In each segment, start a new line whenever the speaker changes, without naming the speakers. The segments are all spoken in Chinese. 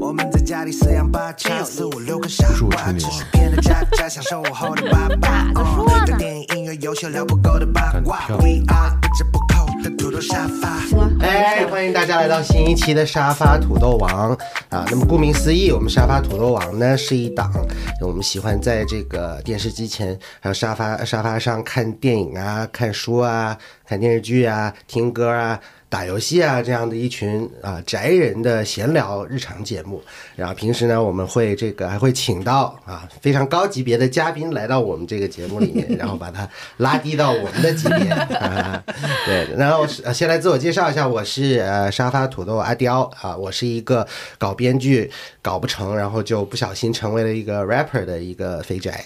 我们在家里四仰八叉，四五六个傻
祝
瓜，
吹牛
只是骗着渣渣，享受午后的八卦。
咋
嗯
说呢
对电影、音乐、游戏聊不够的八卦
干得漂亮
，We are 一直不扣的土豆沙发。
哎，欢迎大家来到新一期的沙发土豆王啊！那么顾名思义，我们沙发土豆王呢是一档我们喜欢在这个电视机前，还有沙发沙发上看电影啊、看书啊、看电视剧啊、听歌啊。打游戏啊，这样的一群啊、宅人的闲聊日常节目，然后平时呢，我们会这个还会请到啊非常高级别的嘉宾来到我们这个节目里 面，然后把他拉低到我们的级别。 啊、对，然后是呃先来自我介绍一下，我是呃沙发土豆阿刁啊，我是一个搞编剧搞不成，然后就不小心成为了一个 rapper 的一个肥宅。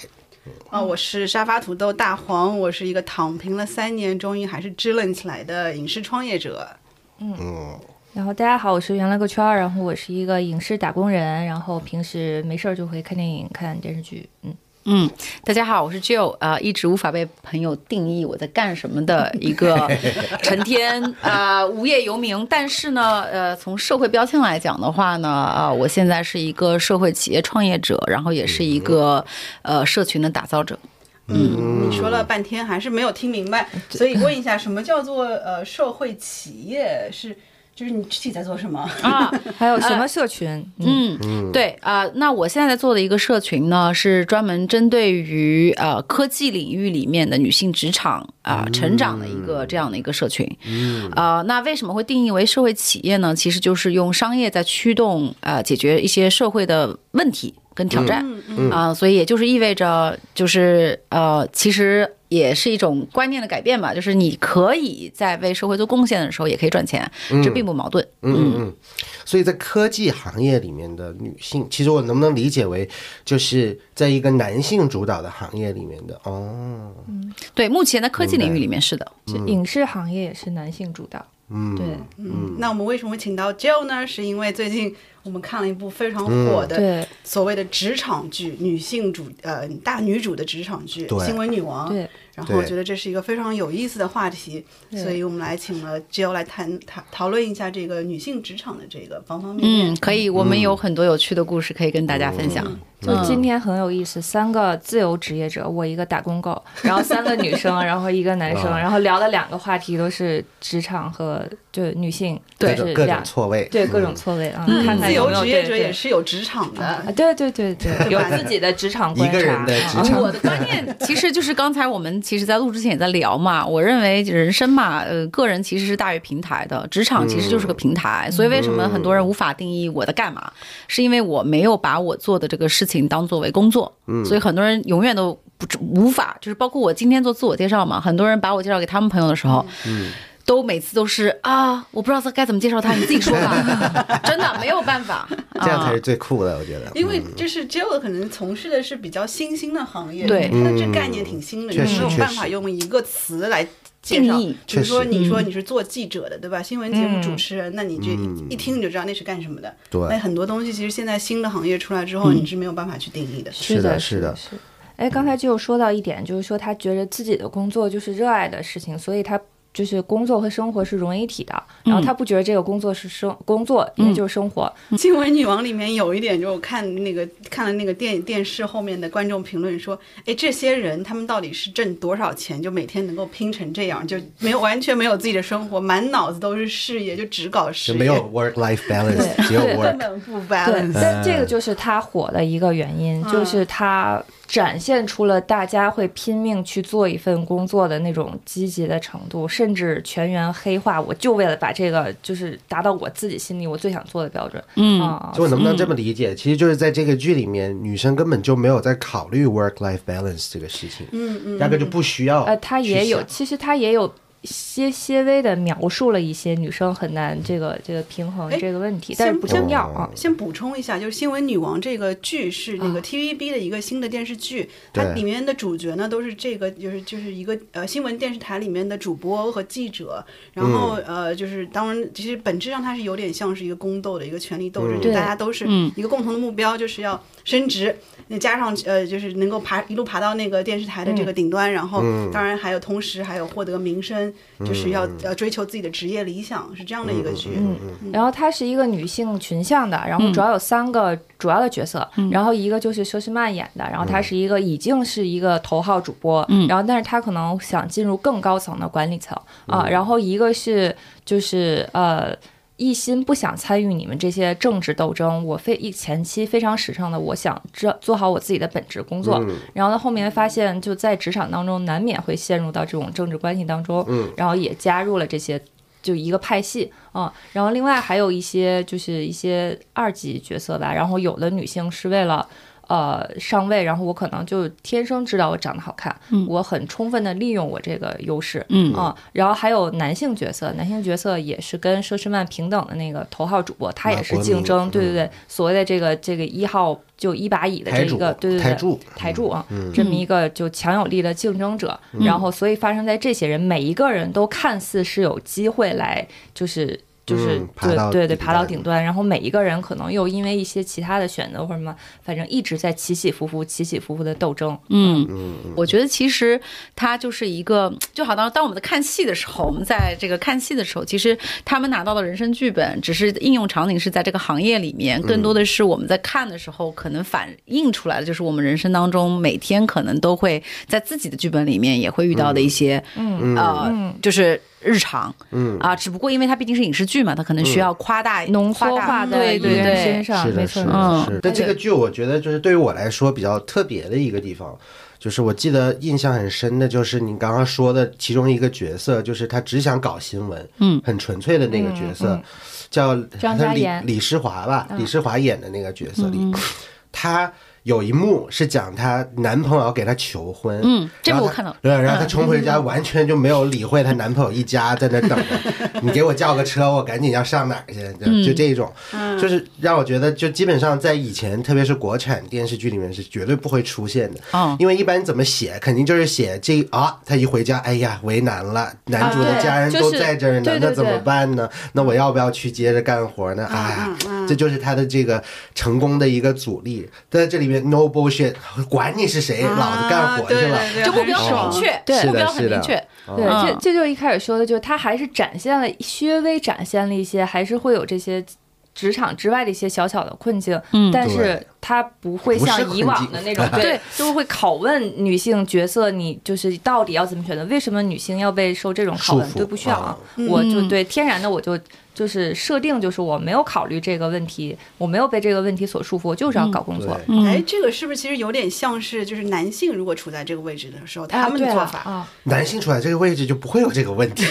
啊、我是沙发土豆大黄，我是一个躺平了三年，终于还是支棱起来的影视创业者。
然后大家好，我是圆了个圈儿，然后我是一个影视打工人，然后平时没事儿就会看电影、看电视剧，嗯，
嗯，大家好，我是 Jill 啊、一直无法被朋友定义我在干什么的一个成天啊、无业游民。但是呢，呃，从社会标签来讲的话呢，啊、我现在是一个社会企业创业者，然后也是一个呃社群的打造者。
嗯，你说了半天还是没有听明白，所以问一下，什么叫做呃社会企业？是就是你具体在做什么？
还有什么社群？嗯，
嗯，对啊、呃那我现在在做的一个社群呢，是专门针对于呃科技领域里面的女性职场啊、呃成长的一个这样的一个社群。嗯，呃，那为什么会定义为社会企业呢？其实就是用商业在驱动呃解决一些社会的问题跟挑战。
嗯嗯，
啊、所以也就是意味着，就是呃，其实也是一种观念的改变吧，就是你可以在为社会做贡献的时候，也可以赚钱，这并不矛盾。
嗯
嗯
嗯，所以在科技行业里面的女性，其实我能不能理解为，就是在一个男性主导的行业里面的哦，
对，目前的科技领域里面是的，
是影视行业也是男性主导，
嗯，
对
嗯，那我们为什么请到 Jill 呢？是因为最近我们看了一部非常火的
对
所谓的职场剧，女性主呃大女主的职场剧
对
《新闻女王》。
对，
然后我
对
觉得这是一个非常有意思的话题，
对
所以我们来请了 Jill 来谈谈讨论一下这个女性职场的这个方方面面。
嗯，可以，我们有很多有趣的故事可以跟大家分
嗯
享。
就今天很有意思，三个自由职业者，我一个打工狗，然后三个女 生，然后一个男生，然后聊的两个话题都是职场和就女性，
各
就是
种各种
两
错位，
对
嗯
各种错位啊，看看
自由
有没有
职业
对
者
对
也是有职场的
啊，，对对对对，有自己的职场观
一
察，
个人的职
啊
场
我的观念其实就是刚才我们其实，在录之前也在聊嘛。我认为人生嘛，呃，个人其实是大于平台的，职场其实就
嗯
是个平台。所以为什么很多人无法定义我在干嘛，是因为我没有把我做的这个事情当作为工作。
嗯
所以很多人永远都不知无法，就是包括我今天做自我介绍嘛，很多人把我介绍给他们朋友的时候，
嗯
都每次都是啊，我不知道该怎么介绍他，你自己说吧， 真的没有办法，
这样才
啊
是最酷的，我觉得。
因为就是 Jill 可能从事的是比较新兴的行业，
对
它的这概念挺新的，你
嗯确实
没有
确
办
实
法用一个词来。介绍
定义，
比如说
确实
你
嗯
说你是做记者的，对吧？新闻节目主持人，那你这一一听你就知道那是干什么的。
嗯对
那很多东西其实现在新的行业出来之
嗯
后，你是没有办法去定义的。
是的是
是
的
是。哎，刚才就有说到一点，就是说他觉得自己的工作就是热爱的事情，所以他就是工作和生活是融为一体的。然
嗯
后他不觉得这个工作是生工作，也就是生活。
新闻女王里面有一点，就是我看那个看了那个电电视后面的观众评论说，哎，这些人他们到底是挣多少钱，就每天能够拼成这样，就没有完全没有自己的生活，满脑子都是事业，就只搞事
就
业，
没有 work life balance，
对
只有
对
根。
work
本不
对
嗯
balance。，
但这个就是他火的一个原因，就是他展现出了大家会拼命去做一份工作的那种积极的程度，甚至全员黑化，我就为了把这个就是达到我自己心里我最想做的标准。嗯啊，
就我能不能这么理解？其实就是在这个剧里面，女生根本就没有在考虑 work life balance 这个事情，嗯嗯，压根就不需要。
呃，他也有，
去想
其实他也有些些微的描述了一些女生很难这个这个平衡
哎
这个问题，但是
先
不
哦
重要啊。
先补充一下，就是《新闻女王》这个剧是那个 TVB 的一个新的电视剧，它
对
里面的主角呢都是这个，就是就是一个呃新闻电视台里面的主播和记者，然后、呃就是当然其实本质上它是有点像是一个宫斗的一个权力斗争，就
对
大家都是一个共同的目标，就是要升职。那加上呃，就是能够爬一路爬到那个电视台的这个顶端，然后当然还有同时还有获得名声，间，就是要要追求自己的职业理想，是这样的一个
嗯
剧。嗯
然后她是一个女性群像的，然后主要有三个主要的角色，然后一个就是佘诗曼演的，然后她是一个已经是一个头号主播，然后但是她可能想进入更高层的管理层啊，然后一个是就是呃。一心不想参与你们这些政治斗争，我非一前期非常实诚的，我想这做好我自己的本职工作。然后到后面发现，就在职场当中难免会陷入到这种政治关系当中，然后也加入了这些就一个派系啊、然后另外还有一些就是一些二级角色吧，然后有的女性是为了。呃，上位，然后我可能就天生知道我长得好看，我很充分的利用我这个优势，嗯啊，然后还有男性角色，男性角色也是跟佘诗曼平等的那个头号主播，他也是竞
马嗯
争，
伯
对
明
对对，所谓的这个这个一号就一把椅的这一个
台，主
对对对，
台柱
台柱啊，这么一个就强有力的竞争者，然后所以发生在这些人每一个人都看似是有机会来就是。就是
嗯爬
对
到
对对，
顶
爬到
端
顶端，然后每一个人可能又因为一些其他的选择或者什么，反正一直在起起伏伏、起起伏伏的斗争。
嗯，我觉得其实它就是一个，就好像当我们在看戏的时候，我们在这个看戏的时候，其实他们拿到的人生剧本，只是应用场景是在这个行业里面，更多的是我们在看的时候，可能反映出来的就是我们人生当中每天可能都会在自己的剧本里面也会遇到的一些，嗯呃，就是。日常，嗯啊，只不过因为它毕竟是影视剧嘛，它可能需要夸大、
嗯
浓缩
夸大
化在
对
一个
对
人
对，
身上，
是
没
的，
错
是。
嗯
的，是的。但这个剧我觉得就是对于我来说比较特别的一个地方，就是我记得印象很深的就是你刚刚说的其中一个角色，就是他只想搞新闻，嗯，很纯粹的那个角色，叫
嗯张
他
嘉
李
妍嗯
李诗华吧，李诗华演的那个角色里，他。有一幕是讲她男朋友给她求婚，嗯
这个我看到了嗯
对，然后她冲回家，完全就没有理会她男朋友一家在那等着，你给我叫个车，我赶紧要上哪儿去，
嗯
就就这种，就是让我觉得，就基本上在以前，特别是国产电视剧里面是绝对不会出现的，
嗯
因为一般怎么写，肯定就是写这啊，她一回家，哎呀，为难了，男主的
啊对
家人
就
都
是
在这儿呢，
对对
那怎么
对嗯
办呢？那我要不要去接着干活呢？哎呀，这就是他的这个成功的一个阻力，在这里面 no bullshit，管你是谁，
啊
老子干活去
对
了。
对对，
就目标
很
很
爽
明确，
对
目
嗯
标
是
很
的
明确，
啊
对，
嗯，
这这就一开始说的，就是他还是展现了，略微展现了一些，还是会有这些职场之外的一些小小的困境，
嗯
但是
对
他不会
不是
像
困
以往
境
的 那种对
对，
就会拷问女性角色，你就是到底要怎么选择？为什么女性要被受这种拷问？
束缚嗯
对，不需要啊，我
嗯
就对天然的我就。就是设定，就是我没有考虑这个问题，我没有被这个问题所束缚，我就是要搞工作。
对，
哎，这个是不是其实有点像是就是男性如果处在这个位置的时候，
啊
哎他们的
对
做
啊
法？
啊，
男性处在这个位置就不会有这个问 题。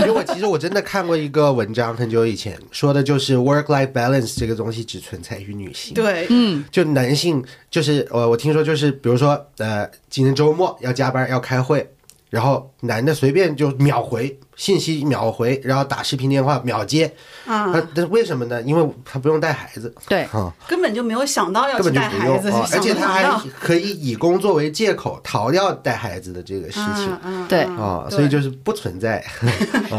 因为我其实我真的看过一个文章，很久以前说的就是 work-life balance 这个东西只存在于女性。
对，
嗯
就男性就是呃，我听说就是比如说呃，今天周末要加班要开会，然后男的随便就秒回信息秒回，然后打视频电话秒接，啊，但是为什么呢？因为他不用带孩子，
对，
啊，
根本就没有想到要去
根本就
带
不
孩
用
子，
啊，而且他
想
还
不到
可以以工作为借口逃掉带孩子的这个事情
嗯嗯，
对
嗯
啊，
对
所以就是不存在，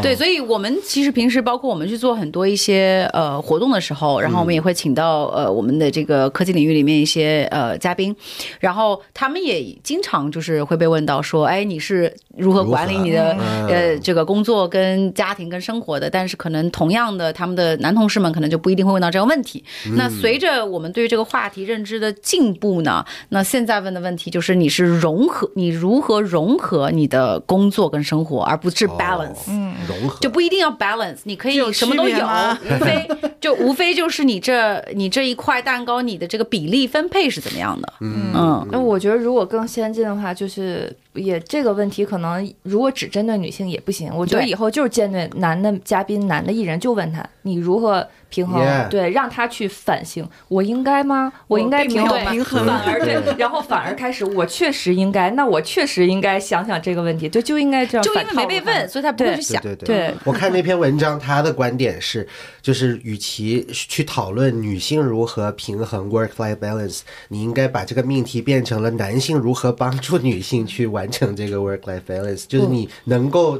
对，所以我们其实平时包括我们去做很多一些呃活动的时候，然后我们也会请到呃我们的这个科技领域里面一些呃嘉宾，然后他们也经常就是会被问到说，哎，你是如何管理你的
如何嗯
呃这个工作跟家庭跟生活的？但是可能同样的，他们的男同事们可能就不一定会问到这个问题。那随着我们对于这个话题认知的进步呢，那现在问的问题就是你是融合，你如何融合你的工作跟生活，而不是 balance。
嗯，融合
就不一定要 balance，你可以
这有
什么都
区别
有，
吗
无非就无非就是你这你这一块蛋糕，你的这个比例分配是怎么样的？嗯
那我觉得，如果更先进的话，就是也这个问题，可能如果只针对女性也不行。我觉得
对
以后就是针对男的嘉宾、男的艺人，就问他你如何平衡
Yeah
对，让他去反省，我应该吗？我应该
并没
平衡
有
吗？
平衡
反而对，然后反而开始，我确实应该，那我确实应该想想这个问题，就就应该这样
就因
反
为
套
没
路他，
被问，所以他不会去
对
想。
对对
对
我看那篇文章，他的观点是，就是与其去讨论女性如何平衡 work-life balance，你应该把这个命题变成了男性如何帮助女性去完成这个 work-life balance，就是你能够。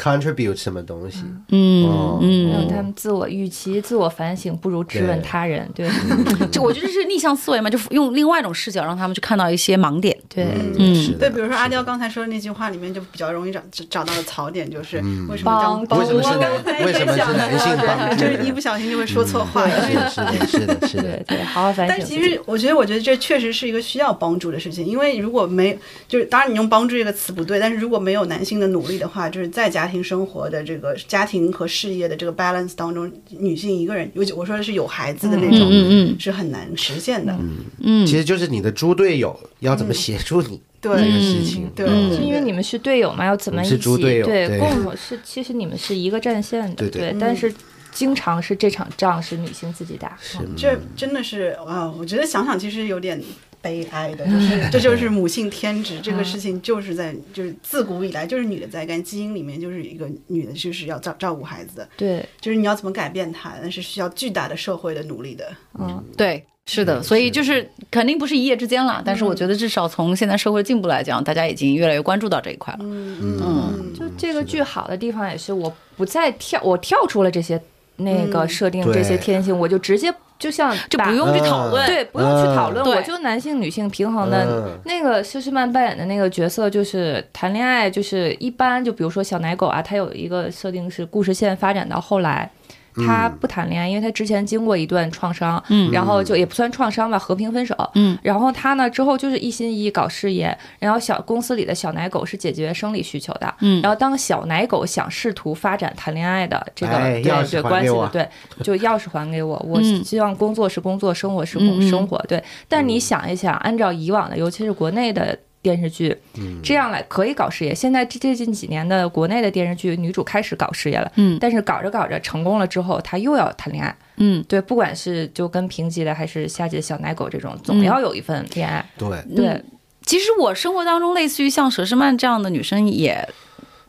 contribute 什么东西。
嗯
哦
嗯，
让他们自我预期、自我反省，不如质问
对
他人。对，
这我觉得这是逆向思维嘛，就用另外一种视角让他们去看到一些盲点。
对，
嗯，
嗯
是的
对，比如说阿刁刚才说的那句话里面，就比较容易找找到的槽点，就是为什么
帮
当
帮
为什么是
我
男嗯
哎
为什么是男性帮助嗯
就是一不小心就会说错话。
是的，是的，是的，是
对
的，
对，好好反省
但
自己。
其实，我觉得，我觉得这确实是一个需要帮助的事情，因为如果没，就是当然你用“帮助”这个词不对，但是如果没有男性的努力的话，就是在家庭生活的这个家庭和事业的这个 balance 当中，女性一个人，尤其我说的是有孩子的那种，
嗯嗯
是很难实现的。
其实就是你的猪队友要怎么协助你
对
这个事情。
对
嗯
是因为你们是队友嘛，要怎么
我
一
们是
起
猪队友对
对共同是？其实你们是一个战线的，
对对
嗯
但是经常是这场仗是女性自己打，嗯
这真的是啊，我觉得想想其实有点悲哀的，就是这就是母性天职，这个事情就是在就是自古以来就是女的在干，基因里面就是一个女的就是要照照顾孩子的，
对，
就是你要怎么改变它，那是需要巨大的社会的努力的。
嗯，
对，是的，所以就是肯定不是一夜之间啦，但是我觉得至少从现在社会进步来讲，大家已经越来越关注到这一块了。
嗯，
就这个剧好的地方也是，我不再跳，我跳出了这些那个
嗯
设定、
对
这些天性，我就直接就像
就
把
不用去讨论，
对，不用去讨论，
对
我就男性女性平衡的、
嗯
那个佘诗曼扮演的那个角色，就是谈恋爱，就是一般就比如说小奶狗啊，它有一个设定是故事线发展到后来。
嗯
他不谈恋爱，因为他之前经过一段创伤，
嗯
然后就也不算创伤吧，和平分手，
嗯，
然后他呢之后就是一心一意搞事业，然后小公司里的小奶狗是解决生理需求的，
嗯
然后当小奶狗想试图发展谈恋爱的这个、
哎钥匙
对对
还
关
给
系
我
的对 就钥匙还给我，我
嗯
希望工作是工作，生活是
嗯嗯
生活。对，但你想一想，按照以往的，尤其是国内的电视剧，
嗯
这样来可以搞事业。现在这最近几年的国内的电视剧，女主开始搞事业了，
嗯
但是搞着搞着成功了之后，她又要谈恋爱。
嗯，
对，不管是就跟平级的还是下级的小奶狗这种，
嗯
总要有一份恋爱。
对，
对，
其实我生活当中类似于像佘诗曼这样的女生也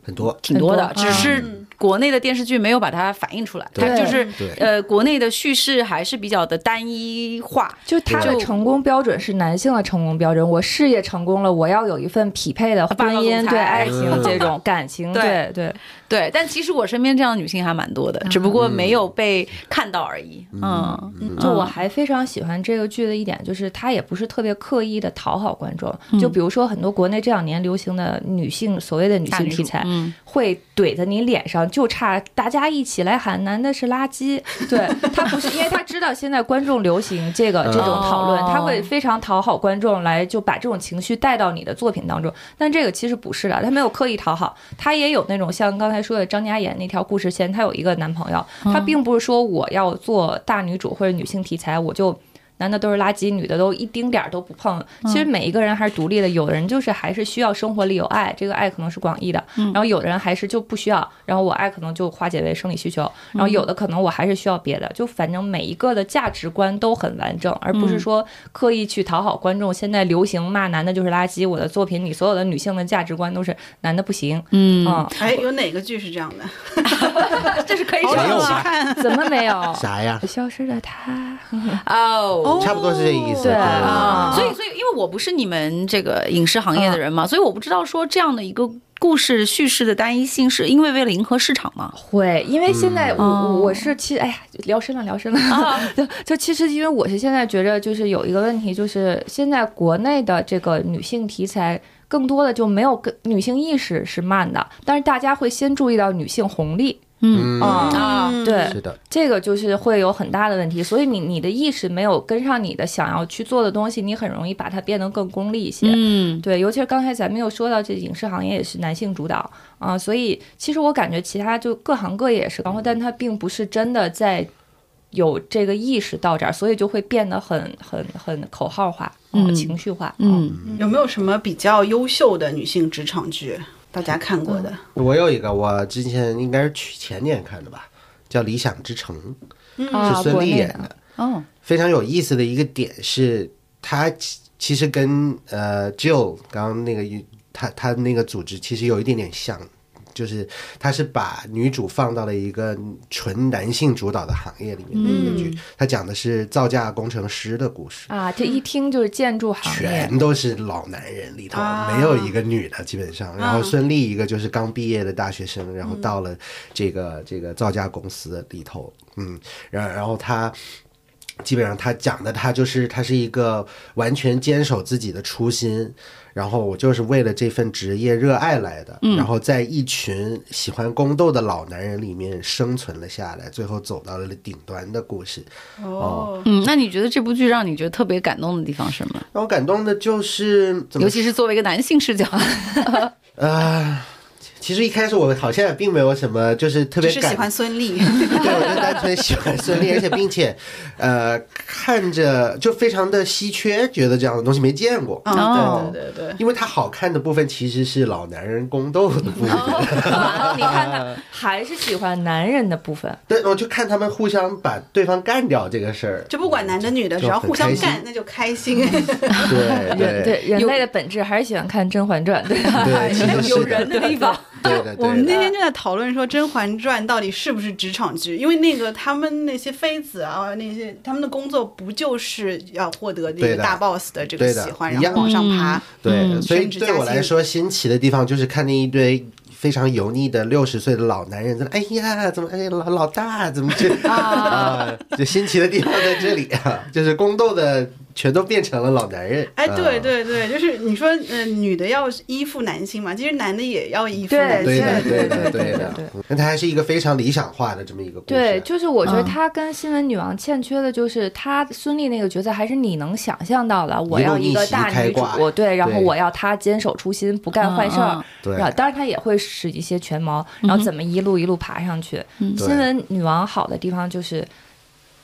很多
挺多嗯的，
很多
只是国内的电视剧没有把它反映出来，
对
它就是
对
呃，国内的叙事还是比较的单一化。
就他的
就
成功标准是男性的成功标准，我事业成功了，我要有一份匹配的
霸
婚
道
姻
总，裁
对爱情
嗯
这种感情，
对
对对。
对，但其实我身边这样的女性还蛮多的，只不过没有被看到而已。嗯，嗯
就我还非常喜欢这个剧的一点，就是它也不是特别刻意的讨好观众。就比如说很多国内这两年流行的女性所谓的女
大
性
女主
题材，
嗯
会怼在你脸上，就差大家一起来喊男的是垃圾。对他不是，因为他知道现在观众流行这个这种讨论，
哦
他会非常讨好观众来就把这种情绪带到你的作品当中。但这个其实不是的，他没有刻意讨好，他也有那种像刚才说的张嘉妍那条故事线，她有一个男朋友，她并不是说我要做大女主或者女性题材，我就。男的都是垃圾，女的都一丁点儿都不碰。其实每一个人还是独立的，有的人就是还是需要生活里有爱，这个爱可能是广义的，然后有的人还是就不需要，然后我爱可能就化解为生理需求，然后有的可能我还是需要别的，就反正每一个的价值观都很完整，而不是说刻意去讨好观众。现在流行骂男的就是垃圾，我的作品里所有的女性的价值观都是男的不行，
嗯，
嗯，
哎，有哪个剧是这样的？
这是可以
没
说
有
的吗？
吧？
哦怎么 没有？
啥呀？
消失的他，
哦。
差不多是这意思。
对
啊
啊，
所以，所以，因为我不是你们这个影视行业的人嘛，所以我不知道说这样的一个故事叙事的单一性，是因为为了迎合市场吗？
会，因为现在我、
哦
我我是其实哎呀聊深了聊深了， 就就其实因为我是现在觉着就是有一个问题，就是现在国内的这个女性题材。更多的就没有跟女性意识是慢的，但是大家会先注意到女性红利
嗯，
啊、
啊，
对，
是的，
这个就是会有很大的问题，所以你你的意识没有跟上你的想要去做的东西，你很容易把它变得更功利一些。
嗯，
对，尤其是刚才咱们又说到这影视行业也是男性主导啊、所以其实我感觉其他就各行各业也是，然后但它并不是真的在有这个意识到这儿，所以就会变得很很很口号化，嗯、
嗯
情绪化，
嗯，
有没有什么比较优秀的女性职场剧？大家看过的，
我有一个，我之前应该是去前年看的吧，叫《理想之城》，
啊，
是孙
国内
俪演
的
的。
哦，
非常有意思的一个点是，他其其实跟呃 Jill 刚刚那个他他那个组织其实有一点点像，就是它是把女主放到了一个纯男性主导的行业里面的一个剧，
嗯
它讲的是造价工程师的故事。
啊，这一听就是建筑行业
全都是老男人里头，
啊
没有一个女的，基本上。然后孙俪一个就是刚毕业的大学生，然后到了这个这个造价公司里头，嗯，然然后她。基本上她讲的，她就是她是一个完全坚守自己的初心，然后我就是为了这份职业热爱来的，然后在一群喜欢宫斗的老男人里面生存了下来，最后走到了顶端的故事。
哦，
嗯，那你觉得这部剧让你觉得特别感动的地方是什么？
让我感动的就是怎么
尤其是作为一个男性 视角，
啊，其实一开始我好像也并没有什么，就是特
只
别
是
感
喜欢孙俪，
对，我就单纯喜欢孙 俪，而且并且，呃，看着就非常的稀缺，觉得这样的东西没见过。哦
嗯，对对对对。
因为它好看的部分其实是老男人宫斗的部分，
哦
完 了，你看看，还是喜欢男人的部分。
对，我就看他们互相把对方干掉这个事儿，
就不管男的女的，只要互相
就很开
干，那就开 心。
对
人
对
对人类的本质还是喜欢看《甄嬛传》，对吧？
对，其实是
有
的
人的地方，
对的
我
对
们那
的，
天就在讨论说《甄嬛传》到底是不是职场剧，因为那个他们那些妃子啊，那些他们的工作不就是要获得这
对
个
的
大 boss 的这个
对的
喜欢，
一
然
样
后往上爬？
嗯
对，所以
甚至
对
加
我来
薪
说新奇的地方就是看见一堆。非常油腻的六十岁的老男人在那，哎呀，怎么哎老老大怎么这 啊？就新奇的地方在这里啊，就是宫斗的全都变成了老男人。
哎，
啊
对，对对，就是你说，呃，女的要依附男性嘛，其实男的也要依附
对
男
对
性。
的，
对
的，
对
对
对
的
对。
那它还是一个非常理想化的这嗯么一个故事。
对，就是我觉得她跟新闻女王欠缺的就是她孙俪那个角色，还是你能想象到的，我要一个大女
一路逆袭开挂
主，对，然后
对
我要她坚守初心，不干坏事
嗯
儿
嗯，
对嗯
然后当然她也会使一些权谋，然后怎么一路一路爬上去。
对
新闻女王好的地方就是。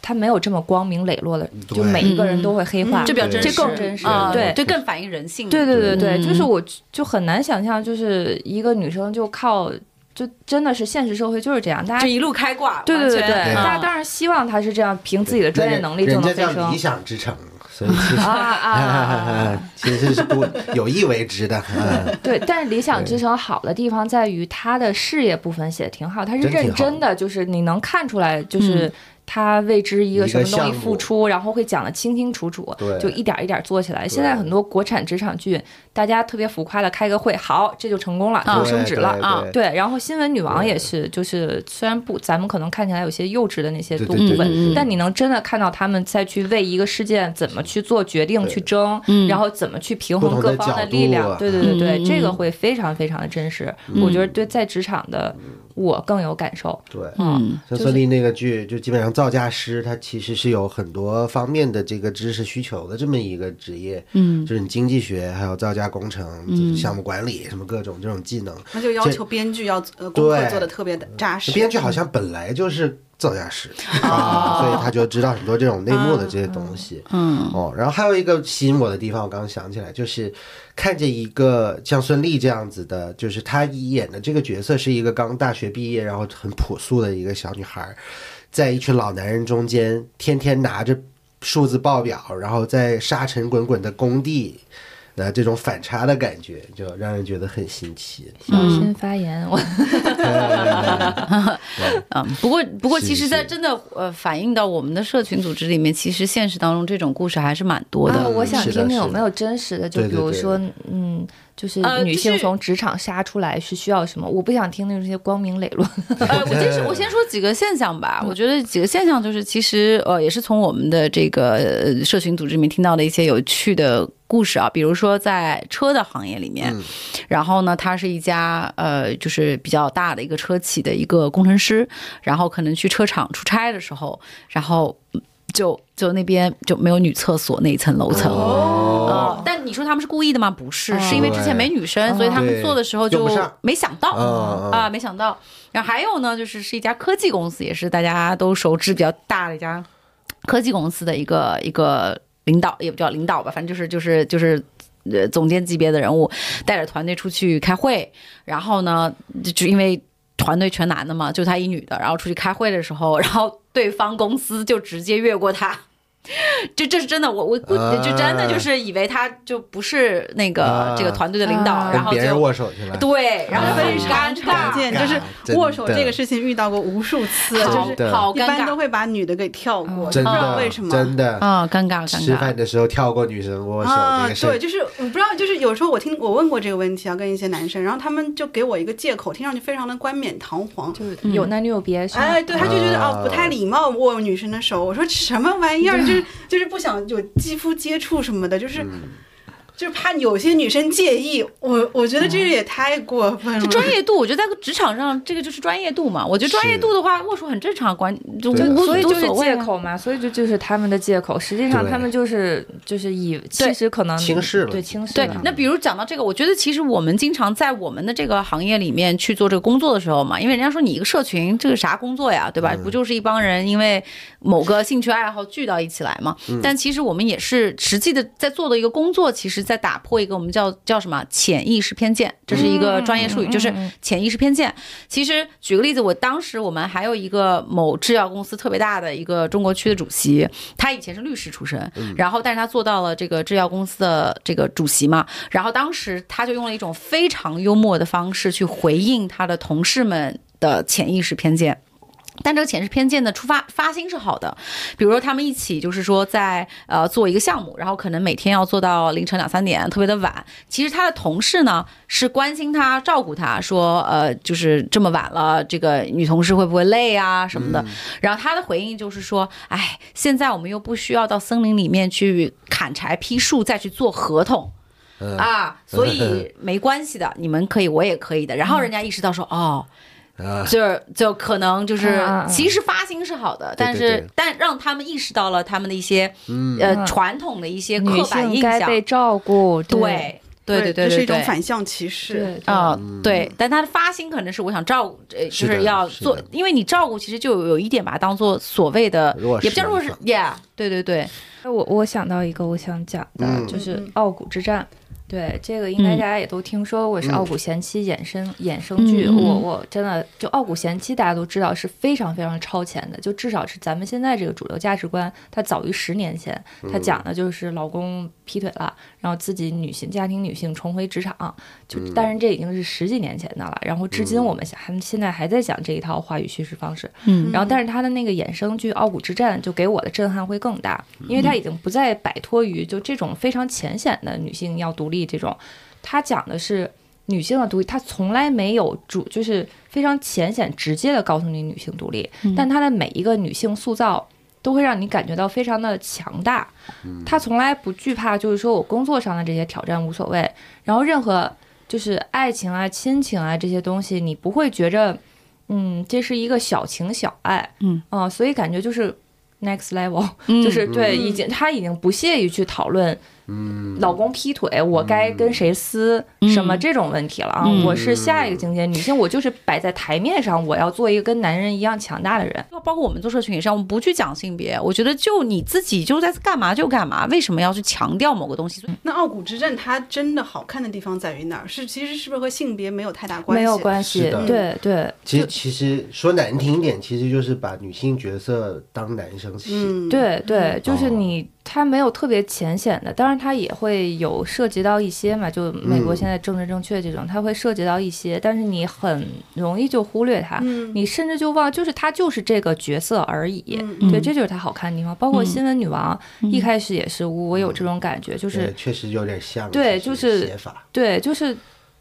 她没有这么光明磊落的，
对嗯
就每一个人都会黑化，
这比较
对
真
这
实，
更真实
啊，
对
这更反映人性。
对对对对，
嗯
就是我就很难想象，就是一个女生就靠，就真的是现实社会就是这样，大
这
家。
一路开挂，
对对对
完
对，
全
大家
嗯
当然希望她是这样，凭自己的专业能力就
人
能
家
飞
叫
升
理想之城，所以其实
啊啊啊啊！啊
其实是不有意为之的。啊
对，但是理想之城好的地方在于她的事业部分写得挺好，她是
真挺
认真的，就是你能看出来，
嗯
就是她为之一个
一
什
个
么东
项
西
目
付出，然后会讲得清清楚楚
对，
就一点一点做起来。现在很多国产职场剧，大家特别浮夸的开个会，好，这就成功了，
啊
就升职了
对
啊
对
对，然后新闻女王也是，就是虽然不，咱们可能看起来有些幼稚的那些
对
部
对对
分，
嗯
对对
嗯但你能真的看到他们再去为一个事件怎么去做决定、去争，然后怎么去平
不
衡
同
各
的角
方
度
力量
啊，嗯
对对对对，
嗯
这个会非常非常的真实。我觉得对在职场的我更有感受。啊
对，
嗯，
像孙俪那个剧，就基本上造价师，他其实是有很多方面的这个知识需求的这么一个职业，嗯，就是你经济学，还有造价工程、就是项目管理什么各种这种技能。
那就要
这
求编剧要呃功课
对
做的特别的扎实。
编剧好像本来就是造价师
嗯哦
啊，所以他就知道很多这种内幕的这些东西，嗯，哦，然后还有一个吸引我的地方，我刚刚想起来，就是看着一个像孙俪这样子的，就是她演的这个角色是一个刚大学毕业，然后很朴素的一个小女孩儿，在一群老男人中间，天天拿着数字报表，然后在沙尘滚滚的工地。的这种反差的感觉，就让人觉得很新奇。
小
嗯
心发言，我
啊，不过不过，
是
其实，在
是
真的呃反映到我们的社群组织里面，其实现实当中这种故事还是蛮多的。
啊我想
是的
听听有
是
没
的
有真实的，就
对
比
对
如
对
说，嗯，就是
呃
女
就
性
是
从职场杀出来是需要什么？我不想听那些光明磊落。
呃，我先说，我先说几个现象吧。我觉得几个现象就是，其实呃，也是从我们的这个呃社群组织里面听到的一些有趣的故事啊，比如说在车的行业里面，然后呢，他是一家呃，就是比较大的一个车企的一个工程师，然后可能去车厂出差的时候，然后嗯就就那边就没有女厕所那一层楼层。哦，但你说他们是故意的吗？不是，
哦
是因为之前没女生，所以他们
对
做的时候
用
就
不上
没想到
嗯嗯
啊，没想到。然后还有呢，就是是一家科技公司，也是大家都熟知比较大的一家科技公司的一个一个领导，也不叫领导吧，反正就是就是就是。呃，总监级别的人物带着团队出去开会，然后呢，就就因为团队全男的嘛，就他一女的，然后出去开会的时候，然后对方公司就直接越过他， 这这是真的，我我估
啊
就真的就是以为他就不是那个
啊
这个团队的领导，
啊
然
跟
后
别人
就
握手去了。
对，然后就
非
很
常
尴
常
尬，
见，就是
啊真
握手
的
这个事情遇到过无数次，
真
就
好
是
的
好
一
尴
般都
尬
会把女的给跳过，
嗯真
不知道
的，
为什么。
真的
啊，尴尬尴
吃
尬
饭。的时候跳过女生握手
啊
这个，事
对，
儿，
就是我不知道，就是有时候我听我问过这个问题啊，跟一些男生，然后他们就给我一个借口，听上去非常的冠冕堂皇，
就是
嗯
有男女有别，是吧
哎，对，他就觉得
啊
哦不太礼貌握女生的手。我说什么玩意儿，就是就是不想有肌肤接触什么的，就是。就是怕有些女生介意，我我觉得这也太过分了。
这专业度，我觉得在职场上，这个就是专业度嘛。我觉得专业度的话，握手很正常，管就
对
无
所以
无
就是
所谓
借
啊
口嘛，所以这就是他们的借口。实际上
对
他们就是就是以其
对
实可能
轻视了
对轻视
对
嗯
了，
那比如讲到这个，我觉得其实我们经常在我们的这个行业里面去做这个工作的时候嘛，因为人家说你一个社群，这个啥工作呀，对
嗯
吧？不就是一帮人因为某个兴趣爱好聚到一起来嘛？
嗯
但其实我们也是实际的在做的一个工作，其实在打破一个我们叫叫什么潜意识偏见，这是
嗯
一个专业术语，就是嗯潜意识偏见。其实举个例子，我当时我们还有一个某制药公司特别大的一个中国区的主席，他以前是律师出身，然后但是他做到了这个制药公司的这个主席嘛，然后当时他就用了一种非常幽默的方式去回应他的同事们的潜意识偏见。但这个潜意识偏见的出发发心是好的，比如说他们一起就是说在呃做一个项目，然后可能每天要做到凌晨两三点，特别的晚。其实他的同事呢是关心他、照顾他，说呃就是这么晚了，这个女同事会不会累啊什么的。然后他的回应就是说，哎，现在我们又不需要到森林里面去砍柴、劈树，再去做合同。啊，所以没关系的，你们可以，我也可以的。然后人家意识到说，哦，就是就可能就是
啊啊，啊
其实发心是好的，
对嗯
但是
对
但让他们意识到了他们的一些呃传统的一些
嗯女
刻板
性
印
该
象，
被照顾，
对对对对
这是
对
一种
对。
反向歧视。
对
啊、对，但他的发心可能是我想照顾，呃，就是
的
是要
嗯是
做
的，
因为你照顾其实就有一点把它当做所谓的，
弱势
也不叫弱势
嘛
，yeah，对对对，
我我想到一个我想讲的，
嗯
就是
嗯
傲骨之战。对，这个应该
嗯
大家也都听说
嗯
过，是《傲骨贤妻》衍生、衍生
嗯
剧。
嗯嗯
我我真的就《傲骨贤妻》，大家都知道是非常非常超前的，就至少是咱们现在这个主流价值观，它早于十年前。它讲的就是老公劈腿了，然后自己女性家庭女性重回职场，就但是这已经是十几年前的了。然后至今我们还现在还在讲这一套话语叙事方式。
嗯
然后但是他的那个衍生剧《傲骨之战》就给我的震撼会更大，因为他已经不再摆脱于就这种非常浅显的女性要独立这种，他讲的是。女性的独立，他从来没有主，就是非常浅显直接的告诉你女性独立，但他的每一个女性塑造都会让你感觉到非常的强大。他从来不惧怕，就是说我工作上的这些挑战无所谓，然后任何就是爱情啊、亲情啊这些东西，你不会觉着，嗯，这是一个小情小爱，
嗯
啊、所以感觉就是 next level，、就是对，已经他已经不屑于去讨论，嗯，老公劈腿我该跟谁撕、什么这种问题了啊，
嗯
我是下一个境界，女性我就是摆在台面上，我要做一个跟男人一样强大的人，
包括我们做社群也是，我们不去讲性别，我觉得就你自己就在干嘛就干嘛，为什么要去强调某个东西？
那傲骨之战它真的好看的地方在于哪儿？是其实是不是和性别没有太大关系？
没有关
是
系
的，嗯
对对
其实其实说难听一点，其实就是把女性角色当男生戏。
嗯，
对对，就是
哦
你它没有特别浅显的，当然它也会有涉及到一些嘛，就美国
嗯
现在政治正确这种，它会涉及到一些，但是你很容易就忽略它，
嗯
你甚至就忘，就是它就是这个角色而已。
嗯
对，这就是它好看的地方。包括
嗯
新闻女王、一开始也是，我我有这种感觉，就
对
是
确实有点像，
对
其实
就是
写法，
对，就是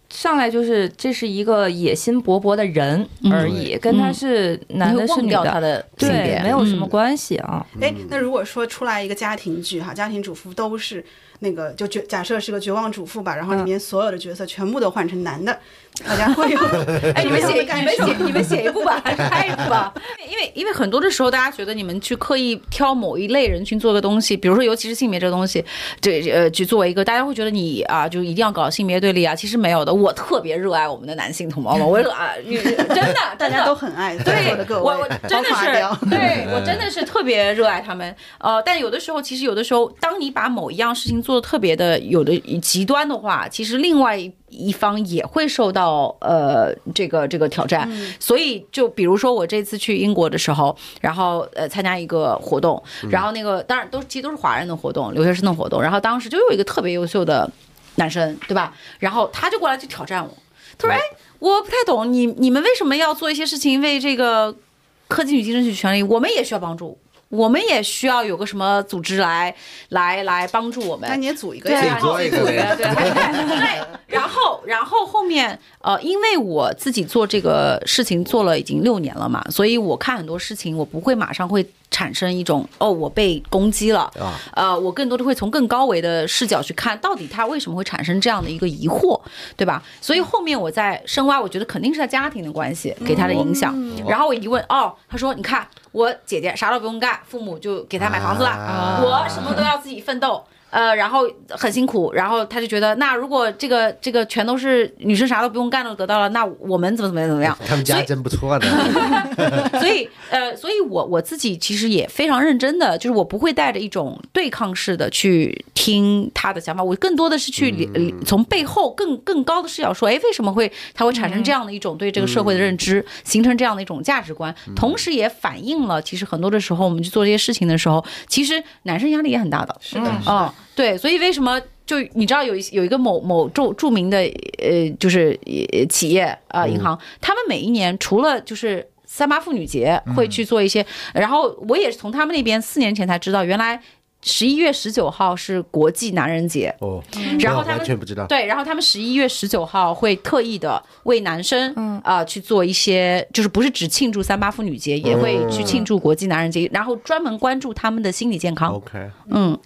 上来就是这是一个野心勃勃的人而已，跟他是男
你会
的是
忘
女
掉他
的，
的嗯性
对
别，，
没有什
嗯
么关系啊。
哎，那如果说出来一个家庭剧哈，家庭主妇都是那个就绝假设是个绝望主妇吧，然后里
嗯
面所有的角色全部都换成男 的，大家会有
哎，你们
什么
写，
样的
你
感
们
受
写，你们写一部 吧，拍一部吧。因为，因为很多的时候，大家觉得你们去刻意挑某一类人群做个东西，比如说，尤其是性别这个东西，这呃，去作为一个，大家会觉得你啊，就一定要搞性别对立啊。其实没有的，我特别热爱我们的男性同胞们，我啊，真的，
大
真
家
的
都很爱在
对
座的各，
我
位，
我真的
包括阿刁
是，对我真的是特别热爱他们。呃，但有的时候，其实有的时候，当你把某一样事情做的特别的有的极端的话，其实另外一一方也会受到呃这个这个挑战。
嗯
所以就比如说我这次去英国的时候，然后呃参加一个活动，然后那个当然都其实都是华人的活动，留学生的活动，然后当时就有一个特别优秀的男生，对吧？然后他就过来就挑战我，他说：“哎，我不太懂你你们为什么要做一些事情为这个科技女性争取权利？我们也需要帮助。”我们也需要有个什么组织来来 来帮助我们。
那你也组一个
对
呀
啊，
自己做一个呗
对对对。然后，然后后面呃，因为我自己做这个事情做了已经六年了嘛，所以我看很多事情，我不会马上会产生一种哦，我被攻击了。
啊
呃，我更多的会从更高维的视角去看，到底他为什么会产生这样的一个疑惑，对吧？所以后面我在深挖，我觉得肯定是他家庭的关系给他的影响。然后我一问，哦，他说，你看我姐姐啥都不用干，父母就给她买房子了，
啊
我什么都要自己奋斗。呃，然后很辛苦，然后他就觉得，那如果这个这个全都是女生啥都不用干都得到了，那我们怎么怎么样怎么样？
他们家真不错呢。
所以，呃，所以我我自己其实也非常认真的，就是我不会带着一种对抗式的去听他的想法，我更多的是去理、理从背后更更高的视角说，哎，为什么会他会产生这样的一种对这个社会的认知，形成这样的一种价值观，同时也反映了其实很多的时候我们去做这些事情的时候，其实男生压力也很大的，
是的，是的
嗯，对，所以为什么就你知道有一有一个某某著著名的呃，就是呃企业啊、呃、银行，他们每一年除了就是。三八妇女节会去做一些，然后我也是从他们那边四年前才知道，原来十一月十九号是国际男人节，
哦，
然后
我
他们
完全不知道。
对，然后他们十一月十九号会特意的为男生，嗯啊、去做一些，就是不是只庆祝三八妇女节，也会去庆祝国际男人节，然后专门关注他们的心理健康。
OK，
嗯，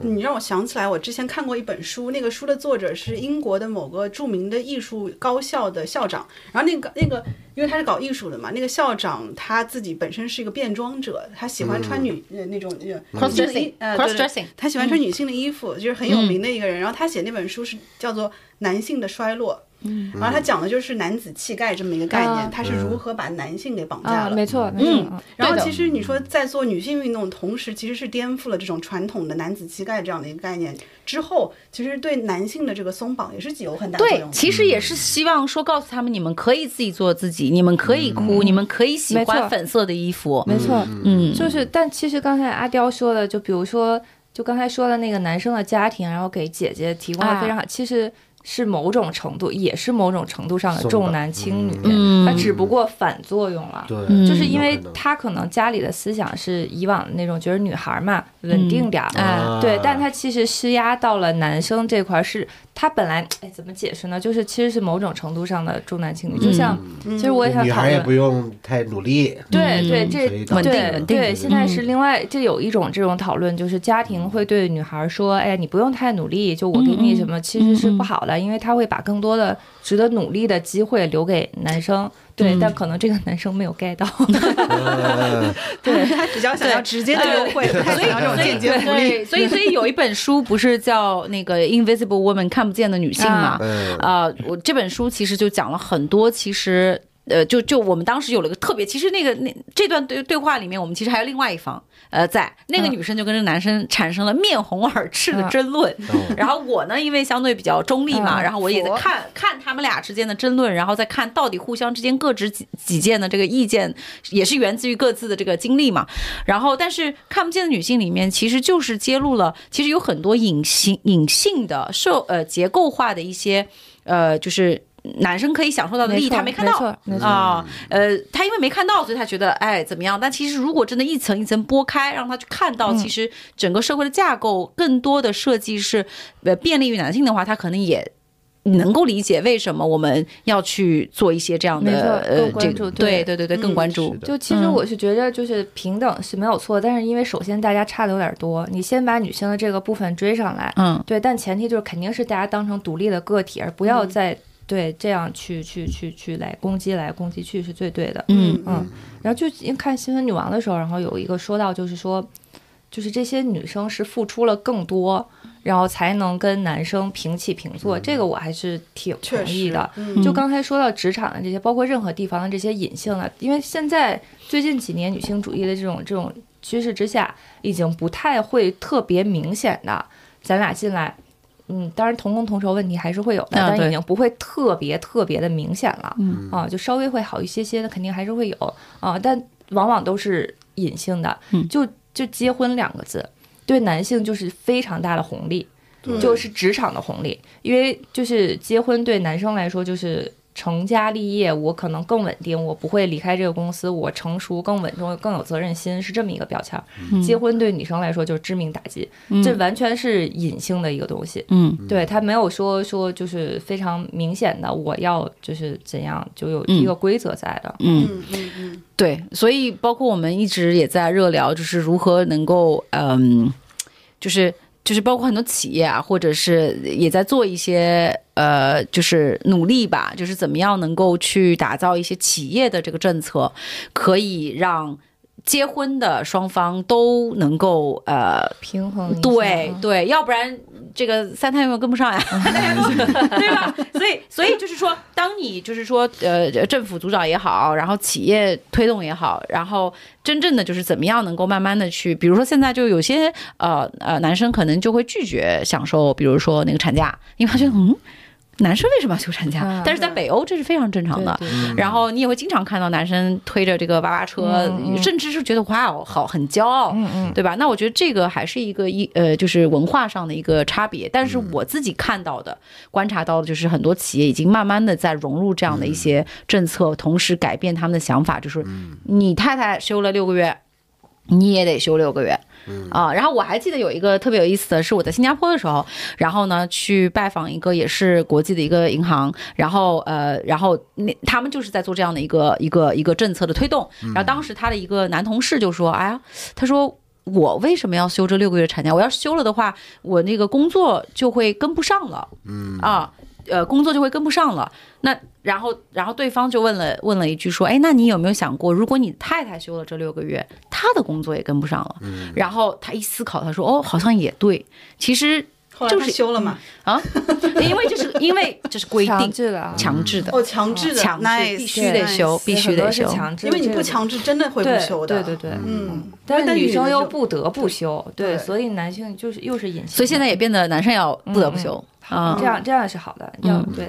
你让我想起来，我之前看过一本书，那个书的作者是英国的某个著名的艺术高校的校长。然后那个那个，因为他是搞艺术的嘛，那个校长他自己本身是一个变装者，他喜
嗯
欢穿女、呃那种呃
Cross-dressing，
女性的衣呃对对
cross-dressing
他喜欢穿女性的衣服，就是很有名的一个人。然后他写那本书是叫做《男性的衰落》。嗯，然后他讲的就是男子气概这么一个概念，
啊
他是如何把男性给绑架
啊，
了。
没错，没错，嗯
然后
对的
其实你说在做女性运动的同时，其实是颠覆了这种传统的男子气概这样的一个概念之后，其实对男性的这个松绑也是有很大作
对
用，的。
其实也是希望说告诉他们，你们可以自己做自己，你们可以哭，你们可以喜
嗯没错
欢粉色的衣服。
没错，
嗯，
就是，但其实刚才阿刁说的，就比如说，就刚才说的那个男生的家庭，然后给姐姐提供了非
啊
常好，其实是某种程度，也是某种程度上的
松绑
重男轻女，
嗯
它只不过反作用了。
对，
嗯
就是因为
有可能
他可能家里的思想是以往的那种，觉得女孩嘛稳定点儿，
嗯哎
啊
对，但他其实施压到了男生这块儿，是他本来哎怎么解释呢？就是其实是某种程度上的重男轻女，就像其实我也
嗯
想
女
讨
孩也
论
不，用太努力。
对
嗯
对，这
所以
稳定
对
稳定
对，现在是另外，这有一种这种讨论，就是家庭会对女孩说：“哎，你不用太努力，就我给你什么，其实是不好的，因为他会把更多的值得努力的机会留给男生。”对，但可能这个男生没有 get 到。
对，他比较想要直接的优惠，不太想要这种间接福利。
嗯对，所以所以有一本书不是叫那个《Invisible Woman》看不见的女性嘛？
嗯
啊、我这本书其实就讲了很多，其实。呃，就就我们当时有了一个特别，其实那个那这段对对话里面，我们其实还有另外一方，呃，在那个
嗯
女生就跟这个男生产生了面红耳赤的争论，
哦
然后我呢，因为相对比较中立嘛，
嗯
然后我也在
佛
看看他们俩之间的争论，然后再看到底互相之间各执己己见的这个意见，也是源自于各自的这个经历嘛。然后，但是看不见的女性里面，其实就是揭露了，其实有很多隐性、隐性的受呃结构化的一些呃，就是男生可以享受到的利益，
错
他没看到。
没错没错
啊、呃，他因为没看到，所以他觉得哎怎么样？但其实如果真的一层一层剥开，让他去看
嗯
到，其实整个社会的架构更多的设计是呃便利于男性的话，他可能也。能够理解为什么我们要去做一些这样
没错
的呃
更，关
这
注
个
对嗯
对对对对，更关注
是，的
就其实我是觉得，就是平等是没有错，但是因为首先大家差的有点多，你先把女性的这个部分追上来，
嗯，
对，但前提就是肯定是大家当成独立的个体，而不要再对这样去去去去来攻击来攻击去是最对的。
嗯
嗯，然后就看新闻女王的时候，然后有一个说到就是说，就是这些女生是付出了更多，然后才能跟男生平起平坐，这个我还是挺
嗯确
同意
实
的。
嗯
就刚才说到职场的这些，包括任何地方的这些隐性的，因为现在最近几年女性主义的这种这种趋势之下，已经不太会特别明显的，咱俩进来。嗯，当然同工同酬问题还是会有的，
啊
但
对嗯
已经不会特别特别的明显了，啊，就稍微会好一些些的，肯定还是会有啊，但往往都是隐性的，
嗯
就就结婚两个字，对男性就是非常大的红利，
对
就是职场的红利，因为就是结婚对男生来说就是。成家立业，我可能更稳定，我不会离开这个公司，我成熟、更稳重、更有责任心，是这么一个标签儿。结婚对女生来说就是致命打击，这完全是隐性的一个东西。
嗯，
对他没有说说就是非常明显的我要就是怎样，就有一个规则在的。
嗯，
嗯嗯嗯，
对，所以包括我们一直也在热聊，就是如何能够，嗯，就是就是包括很多企业啊，或者是也在做一些呃，就是努力吧，就是怎么样能够去打造一些企业的这个政策，可以让结婚的双方都能够呃
平衡一下
对对，要不然这个三胎有没有跟不上呀？ 对吧？所以所以就是说，当你就是说呃政府主导也好，然后企业推动也好，然后真正的就是怎么样能够慢慢的去，比如说现在就有些呃呃男生可能就会拒绝享受，比如说那个产假，因为他觉得嗯。 男生为什么要休产假？
嗯
但是在北欧这是非常正常
对
的。
对
然后你也会经常看到男生推着这个娃娃车，
嗯嗯
甚至是觉得哇哦，好很骄傲，
嗯嗯，
对吧？那我觉得这个还是一个一呃，就是文化上的一个差别。但是我自己看到的、观察到的，就是很多企业已经慢慢的在融入这样的一些政策，同时改变他们的想法，就是你太太休了六个月，你也得休六个月。啊，然后我还记得有一个特别有意思的是，我在新加坡的时候，然后呢去拜访一个也是国际的一个银行，然后呃，然后那他们就是在做这样的一个一个一个政策的推动，然后当时他的一个男同事就说，哎呀，他说。我为什么要休这六个月产假？我要是休了的话，我那个工作就会跟不上了，嗯啊，呃，工作就会跟不上了。那然后，然后对方就问了问了一句说，哎，那你有没有想过，如果你太太休了这六个月，她的工作也跟不上了？然后他一思考，他说，哦，好像也对，其实
后来
就
他
是
休了嘛，
啊，因为这是因为这是规
强
定
制的啊，
强制的，
哦，强制的，
强制
nice，
必须得
nice
休必
很
须得
多是
休
强制
因
的这
为
个，
你不强制真的会不
对
休的，
对对对，
嗯，
但是
但
女生
人
又
就
不得不休，对，
对
所以男性就是又是隐性的，
所以现在也变得男生要不得不休啊
这。样这样是好的，要
嗯
对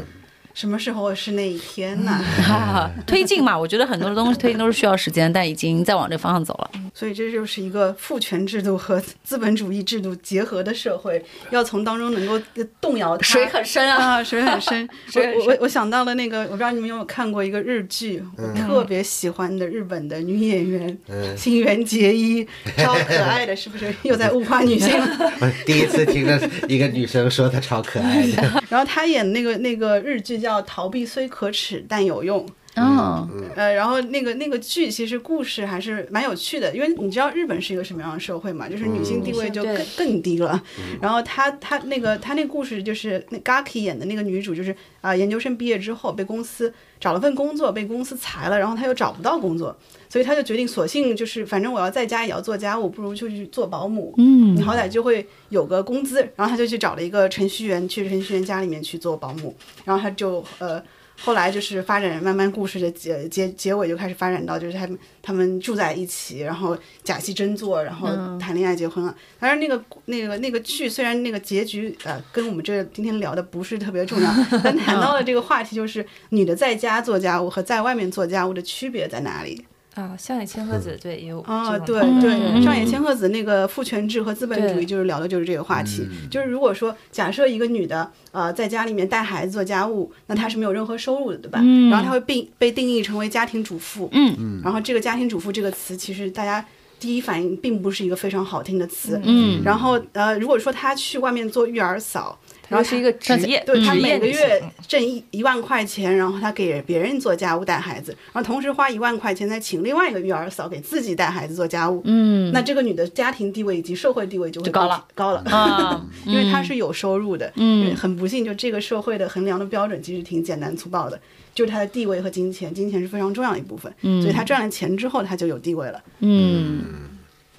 什么时候是那一天呢？
啊推进嘛，我觉得很多东西推进都是需要时间，但已经在往这方向走了。
所以这就是一个父权制度和资本主义制度结合的社会，要从当中能够动摇它。
深啊，
啊， 水很深。
水很
我我我想到了那个，我不知道你们有没有看过一个日剧，我特别喜欢的日本的女演员
嗯
新垣结衣，超可爱的，是不是又在物化女性了？
我 第一次听着一个女生说她超可爱的，
然后她演那个那个日剧叫《逃避虽可耻但有用》，
嗯
呃，然后那个那个剧其实故事还是蛮有趣的，因为你知道日本是一个什么样的社会嘛，就是女性地位就更、
嗯对
更低了。 然后她她那个她那故事就是那 Gaki 演的那个女主，就是啊、研究生毕业之后被公司找了份工作，被公司裁了，然后她又找不到工作，所以她就决定索性就是反正我要在家也要做家务，不如就去做保姆。你
嗯
好歹就会有个工资。然后他就去找了一个程序员，去程序员家里面去做保姆。然后他就呃，后来就是发展慢慢故事的结结结尾就开始发展到就是他们他们住在一起，然后假戏真做，然后谈恋爱结婚了。当然那个那个那个剧虽然那个结局呃跟我们这今天聊的不是特别重要，但谈到了这个话题就是你的在家做家务和在外面做家务的区别在哪里？
啊，像野千鹤子对也有
嗯啊，
这
对
种
对，
嗯
上野千鹤子那个父权制和资本主
对
义，就是聊的就是这个话题。就是如果说假设一个女的呃在家里面带孩子做家务，那她是没有任何收入的，对吧？
嗯
然后她会被被定义成为家庭主妇。嗯，然后这个家庭主妇这个词，其实大家第一反应并不是一个非常好听的词。
嗯，
然后呃，如果说她去外面做育儿嫂，
然后是一个职业，
对她
职业
每个
女
月
性
挣嗯一一万块钱，然后她给别人做家务带孩子，然后同时花一万块钱再请另外一个育儿嫂给自己带孩子做家务。嗯，那这个女的家庭地位以及社会地位就会
就高了
高了，
啊，
因为她是有收入的。嗯，很不幸，就这个社会的衡量的标准其实挺简单粗暴的，就是她的地位和金钱，金钱是非常重要的一部分。嗯，所以她赚了钱之后，她就有地位了。
嗯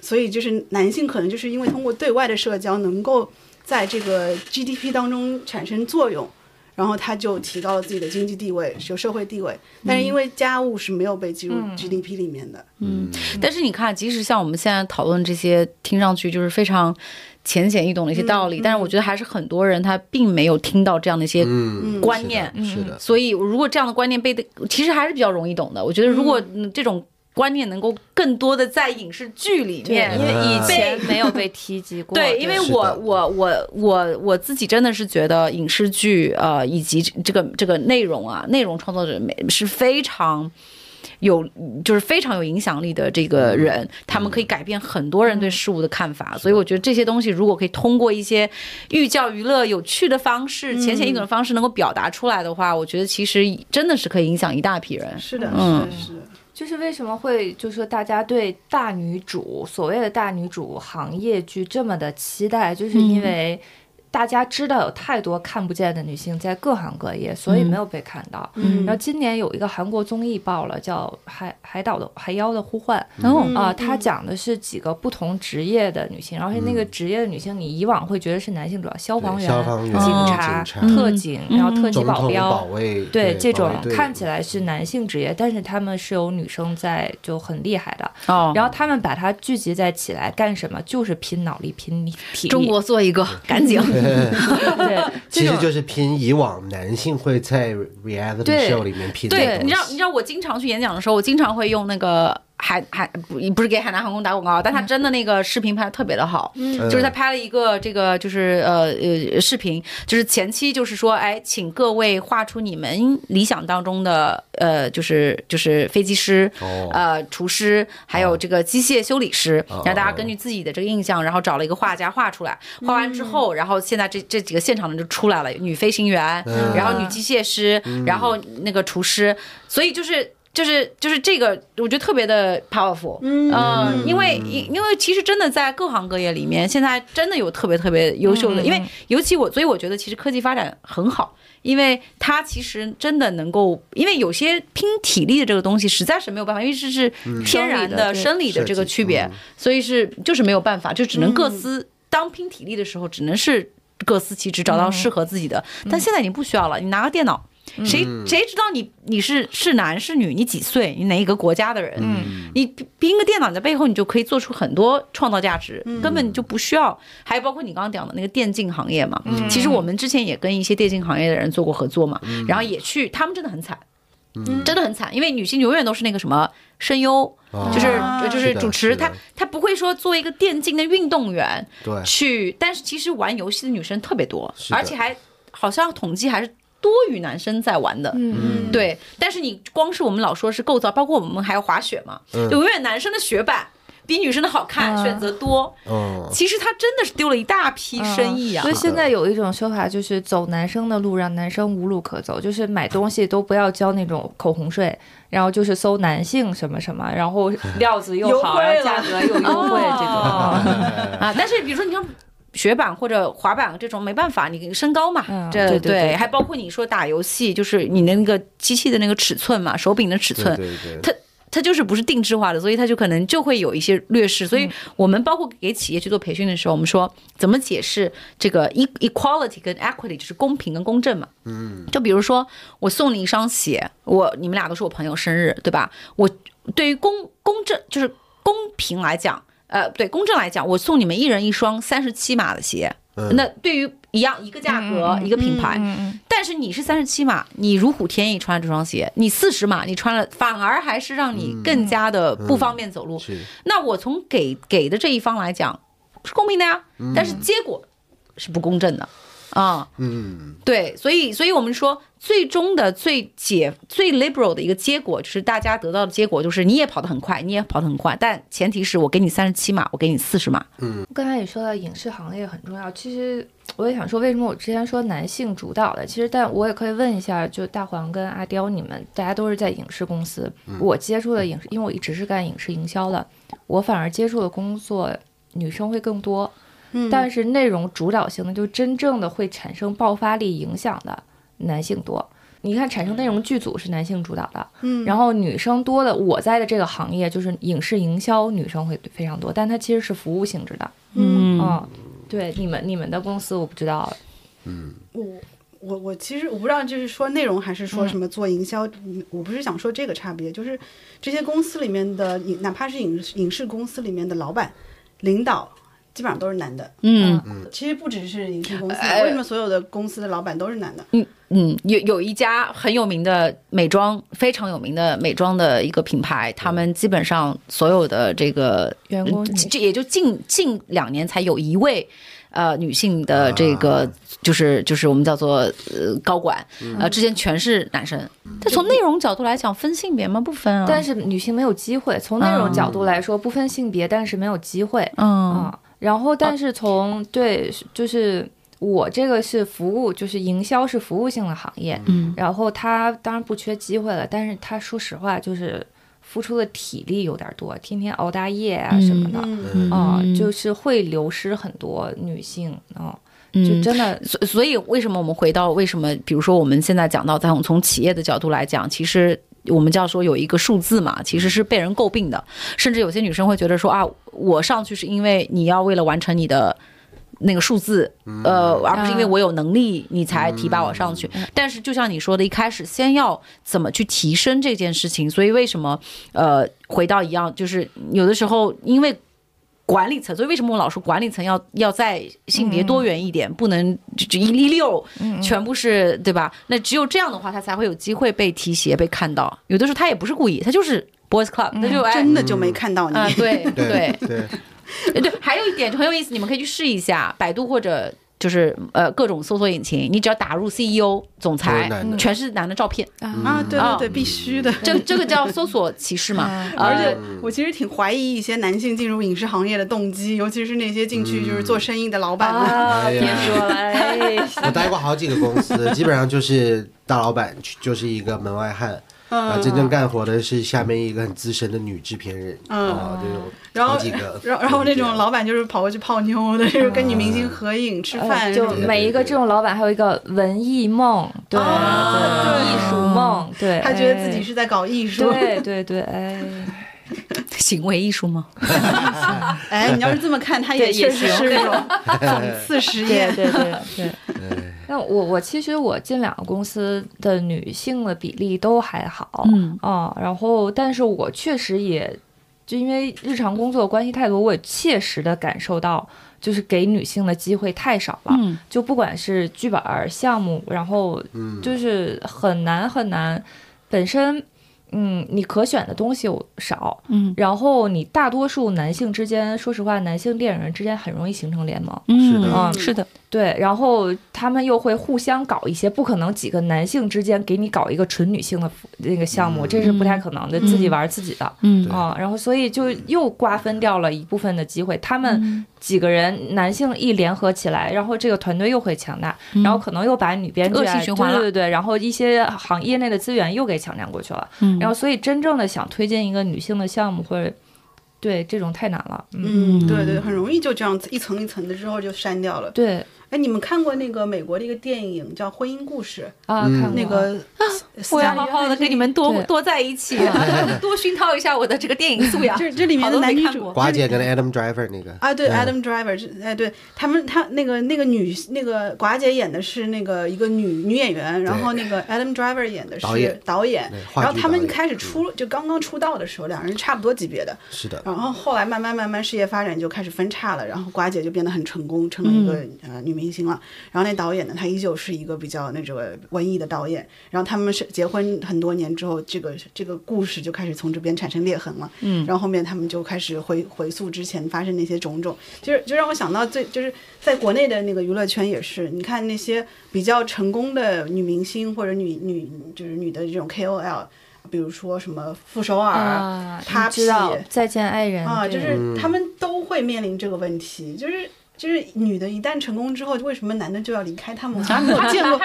所以就是男性可能就是因为通过对外的社交能够在这个 GDP 当中产生作用，然后他就提高了自己的经济地位，有社会地位。但是因为家务是没有被计入 GDP 里面的，
嗯。但是你看，即使像我们现在讨论这些，听上去就是非常浅显易懂的一些道理，但是我觉得还是很多人他并没有听到这样的一些
嗯，
观念，
是的，
所以如果这样的观念被其实还是比较容易懂的。我觉得如果嗯这种观念能够更多的在影视剧里面
因为以
被
前没有被提及 过。
对，因为
是
我
的
我我我我自己真的是觉得影视剧呃以及这个这个内容啊，内容创作者没是非常。有就是非常有影响力的这个人，他们可以改变很多人对事物的看法，所以我觉得这些东西如果可以通过一些寓教于乐、有趣的方式、浅显易懂的方式能够表达出来的话，我觉得其实真的是可以影响一大批人。
是的，
嗯
是的，是的。
就是为什么会就是说大家对大女主所谓的大女主行业剧这么的期待，就是因为大家知道有太多看不见的女性在各行各业，所以没有被看到。
嗯
然后今年有一个韩国综艺爆了，叫《海海岛的海妖的呼唤》，
哦
啊、它讲的是几个不同职业的女性，然后是那个职业的女性，你以往会觉得是男性主要，消防员、
嗯消防员
警
哦
察、
警察
特警，然后
嗯
特级
总
嗯保
统
镖、
保卫
对这
保
种
卫队
看起来是男性职业，但是他们是有女生在，就很厉害的。
哦
然后他们把它聚集在起来干什么？就是拼脑力、拼体力。
中国做一个，赶紧
对，
其
这
实
种
就是拼以往男性会在 reality
对
show 里面拼的
对，
东
你知道，
西
你知道我经常去演讲的时候，我经常会用那个海海不不是给海南航空打广告，但他真的那个视频拍的特别的好，
嗯
就是他拍了一个这个就是呃呃视频，就是前期就是说，哎，请各位画出你们理想当中的呃就是就是飞机师、
哦
呃厨师，还有这个机械修理师，
哦
然后大家根据自己的这个印象，然后找了一个画家画出来，画完之后，然后现在这这几个现场的就出来了，女飞行员，
嗯
然后女机械师，然后那个厨师，所以就是。就是就是这个，我觉得特别的 powerful，嗯、呃，因为因因为其实真的在各行各业里面，现在真的有特别特别优秀的，因为尤其我，所以我觉得其实科技发展很好，因为它其实真的能够，因为有些拼体力的这个东西实在是没有办法，因为这是天然
生理的
的
对
生理的这个区别，所以是就是没有办法，就只能各司、当拼体力的时候，只能是各司其职，找到适合自己的。但现在你不需要了，你拿个电脑。谁谁知道你你是是男是女，你几岁，你哪一个国家的人？嗯，你拼个电脑在背后，你就可以做出很多创造价值，根本你就不需要。还有包括你刚刚讲的那个电竞行业嘛，其实我们之前也跟一些电竞行业的人做过合作嘛，然后也去，他们真的很惨。真的很惨，因为女性永远都是那个什么声优，
哦
呃就是
啊
就是是
的
主持，
是的
她她不会说做一个电竞的运动员，
哎
对
去，但是其实玩游戏的女生特别多，
的
而且还好像统计还是多于男生在玩的。
嗯，
对，但是你光是我们老说是构造，包括我们还要滑雪嘛，
嗯
就永远男生的雪板比女生的好看，
啊
选择多。
嗯，
其实他真的是丢了一大批生意啊
嗯所以！现在有一种说法，就是走男生的路，让男生无路可走，就是买东西都不要交那种口红税，然后就是搜男性什么什么，然后料子又好，
优惠了
然后价格又优惠这种。
啊，但是比如说你像雪板或者滑板这种没办法，你身高嘛，
嗯
这
对对对
还包括你说打游戏，就是你的那个机器的那个尺寸嘛，手柄的尺寸
对，对对。
它它就是不是定制化的，所以它就可能就会有一些劣势。所以我们包括给企业去做培训的时候，我们说怎么解释这个 e equality 跟 equity，就是公平跟公正嘛。嗯，就比如说我送你一双鞋，我你们俩都是我朋友生日，对吧？我对于公公正就是公平来讲，呃，对公正来讲，我送你们一人一双三十七码的鞋，那对于一样一个价格、一个品牌，但是你是三十七码，你如虎添翼穿了这双鞋，你四十码你穿了，反而还是让你更加的不方便走路。
是
那我从给给的这一方来讲是公平的呀，但是结果是不公正的啊。
嗯，
对，所以所以我们说，最终的最解最 liberal 的一个结果，就是大家得到的结果就是你也跑得很快，你也跑得很快，但前提是我给你三十七码，我给你四十码。
刚才也说到影视行业很重要，其实我也想说，为什么我之前说男性主导的？其实，但我也可以问一下，就大黄跟阿刁，你们大家都是在影视公司，我接触的影视，因为我一直是干影视营销的，我反而接触的工作女生会更多，但是内容主导性的，就真正的会产生爆发力影响的男性多。你看，产生内容剧组是男性主导的，嗯，然后女生多的，我在的这个行业就是影视营销，女生会非常多，但它其实是服务性质的，
嗯
嗯，对，你们你们的公司我不知道，
我我我其实我不知道，就是说内容还是说什么做营销，嗯我不是想说这个差别，就是这些公司里面的，影，哪怕是影视影视公司里面的老板、领导、基本上都是男的。
嗯
其实不只是影视公司，
哎
为什么所有的公司的老板都是男的？
嗯嗯，有有一家很有名的美妆，非常有名的美妆的一个品牌，他们基本上所有的这个
员工
嗯这这也就近近两年才有一位。呃，女性的这个、就是就是我们叫做呃高管，呃，之前全是男生。但从内容角度来讲，分性别吗？不分啊。
但是女性没有机会。从那种角度来说，不分性别，但是没有机会。
嗯，
啊，然后但是从对，就是我这个是服务，就是营销是服务性的行业，
嗯，
然后他当然不缺机会了，但是他说实话就是付出的体力有点多，天天熬大夜啊什么的，
嗯，
啊，就是会流失很多女性啊，就
嗯
真 的
所所以为什么我们回到为什么，比如说我们现在讲到，在我们从企业的角度来讲，其实。我们叫说有一个数字嘛，其实是被人诟病的，甚至有些女生会觉得说啊，我上去是因为你要为了完成你的那个数字，呃，而不是因为我有能力你才提拔我上去。但是就像你说的，一开始先要怎么去提升这件事情，所以为什么呃，回到一样，就是有的时候因为管理层，所以为什么我老说管理层要要在性别多元一点，不能就就一一溜，全部是对吧？那只有这样的话，他才会有机会被提携、被看到。有的时候他也不是故意，他就是 boys club，他就哎。
真的就没看到你。
啊、对
对
对哎
对，
对，还有一点就很有意思，你们可以去试一下百度或者就是呃各种搜索引擎，你只要打入 CEO
都
总
是
裁
男的，
全是男的照片，
啊，对对
哦
对，必须的。
这这个叫搜索歧视嘛？ 呃
而
而且
且我其实挺怀疑一些男性进入影视行业的动机，尤其是那些进去就是做生意的老板们。
啊，
哎呀
别说了，哎，
我待过好几个公司， 基本上就是大老板就是一个门外汉。啊，真正干活的是下面一个很资深的女制片人啊，这种
然
好
后
几个，，
然后然后那种老板就是跑过去泡妞的，就是跟女明星合影、吃饭
呃
什
就
么的。
每一个这种老板还有一个文艺梦，对，
哦
对艺术梦，对，
他觉得自己
哎
是在搞艺术。
对对 对，哎，
行为艺术吗？
哎，你要是这么看，他也
对
确
也
实
行
是那种讽刺实
对
验。
对对对。那我我其实我进两个公司的女性的比例都还好，
嗯
啊，然后但是我确实也就因为日常工作关系太多，我也切实的感受到，就是给女性的机会太少了，
嗯
就不管是剧本儿项目，然后
嗯，
就是很难很难，本身。嗯，你可选的东西有少，
嗯
然后你大多数男性之间，说实话，男性电影人之间很容易形成联盟，
是的
嗯
是的，
对，然后他们又会互相搞一些，不可能几个男性之间给你搞一个纯女性的服那个项目，这是不太可能的，自己玩自己的。
嗯
啊、然后所以就又瓜分掉了一部分的机会。他
嗯
们几个人男性一联合起来，然后这个团队又会强大，然后可能又把女编剧啊、
嗯恶性循环
对
了
对对，然后一些行业内的资源又给抢占过去了。
嗯
然后所以真正的想推进一个女性的项目，或者对这种太难了。嗯，
嗯，对对，很容易就这样子一层一层的之后就删掉了。
对
哎，你们看过那个美国的一个电影叫《婚姻故事
嗯
啊，看》，
那
过
个
我要好好的跟你们多
对
多在一起，多熏陶一下我的这个电影素 养。
这这里面
啊好
的
多
男
没
女
看
主
过
寡姐跟 Adam Driver 那个
啊，对
嗯
，Adam Driver，这哎，对他们，他那个那个女那个寡姐演的是那个一个女女演员，然后那个 Adam Driver 演的是
导演
导演
对话剧
然后他
导
们一
演嗯
开始出就刚刚出道的时候，两人差不多级别的，
是的，
然后后来慢慢慢慢事业发展就开始分叉了，然后寡姐就变得很成功，成了一个、呃女明星了。然后那导演呢，他依旧是一个比较那种文艺的导演。然后他们是结婚很多年之后，这个这个故事就开始从这边产生裂痕了。嗯，然后后面他们就开始回回溯之前发生那些种种，就是就让我想到最就是在国内的那个娱乐圈也是，你看那些比较成功的女明星或者女女就是女的这种 KOL。比如说什么傅首尔
啊，
他
你知道再见爱人
啊，
对
就是他们都会面临这个问题，就是。就是女的，一旦成功之后，为什么男的就要离开他们？我从来没有见过，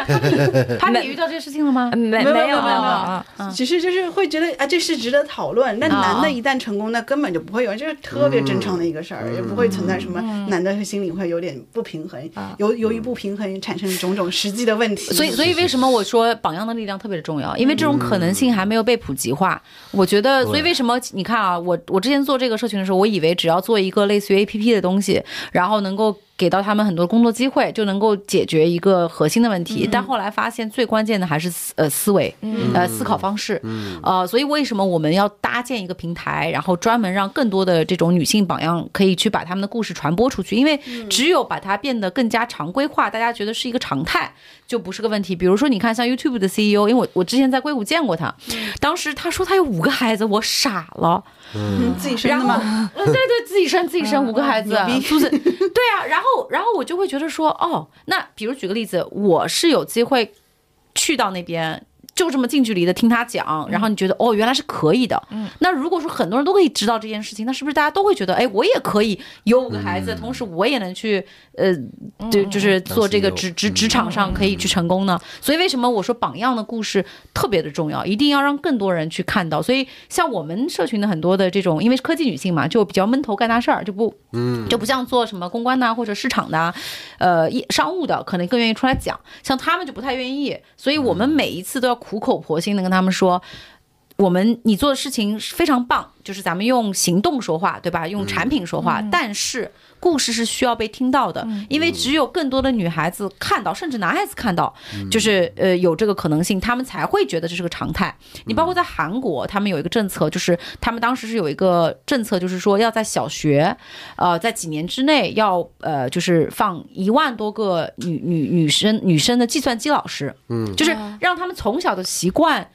他们也遇到这个事情了吗
嗯？没
没有
有
没有没有
啊
只是就是会觉得啊，这是值得讨论。那男的一旦成功，那根本就不会有，这是特别正常的一个事儿，也不会存在什么男的心里会有点不平衡，由由于不平衡产生种种实际的问题。
所以，所以为什么我说榜样的力量特别的重要？因为这种可能性还没有被普及化。我觉得，所以为什么你看啊，我我之前做这个社群的时候，我以为只要做一个类似于 A P P 的东西，然后能够。给到他们很多工作机会，就能够解决一个核心的问题。但后来发现最关键的还是思呃思维，呃思考方式，呃，所以为什么我们要搭建一个平台，然后专门让更多的这种女性榜样可以去把她们的故事传播出去？因为只有把它变得更加常规化，大家觉得是一个常态，就不是个问题。比如说，你看像 YouTube 的 E CEO，因为我我之前在硅谷见过他，当时他说他有五个孩子，我傻了。
嗯自己生
然
的
后，
吗？
嗯对对，自己生自己生五个孩子
哇牛，逼
就是嗯对啊。然后，然后我就会觉得说，哦，那比如举个例子，我是有机会去到那边。就这么近距离的听他讲，然后你觉得哦，原来是可以的。嗯，那如果说很多人都可以知道这件事情，那是不是大家都会觉得，哎，我也可以有五个孩子，同时我也能去，呃，对，嗯就是嗯做这个
当 CEO
职职职场上可以去成功呢？所以为什么我说榜样的故事特别的重要，一定要让更多人去看到。所以像我们社群的很多的这种，因为是科技女性嘛，就比较闷头干大事儿，就不，嗯，就不像做什么公关呐、或者市场的、啊，呃，一商务的，可能更愿意出来讲。像他们就不太愿意，所以我们每一次都要苦口婆心的跟他们说。我们你做的事情是非常棒，就是咱们用行动说话，对吧？用产品说话，但是故事是需要被听到
嗯
的，因为只有更多的女孩子看到，甚至男孩子看到，就是呃有这个可能性，他们才会觉得这是个常态。你包括在韩国，他们有一个政策，就是他们当时是有一个政策，就是说要在小学，呃，在几年之内要呃就是放一万多个女女女生女生的计算机老师，嗯，就是让他们从小的习惯。
啊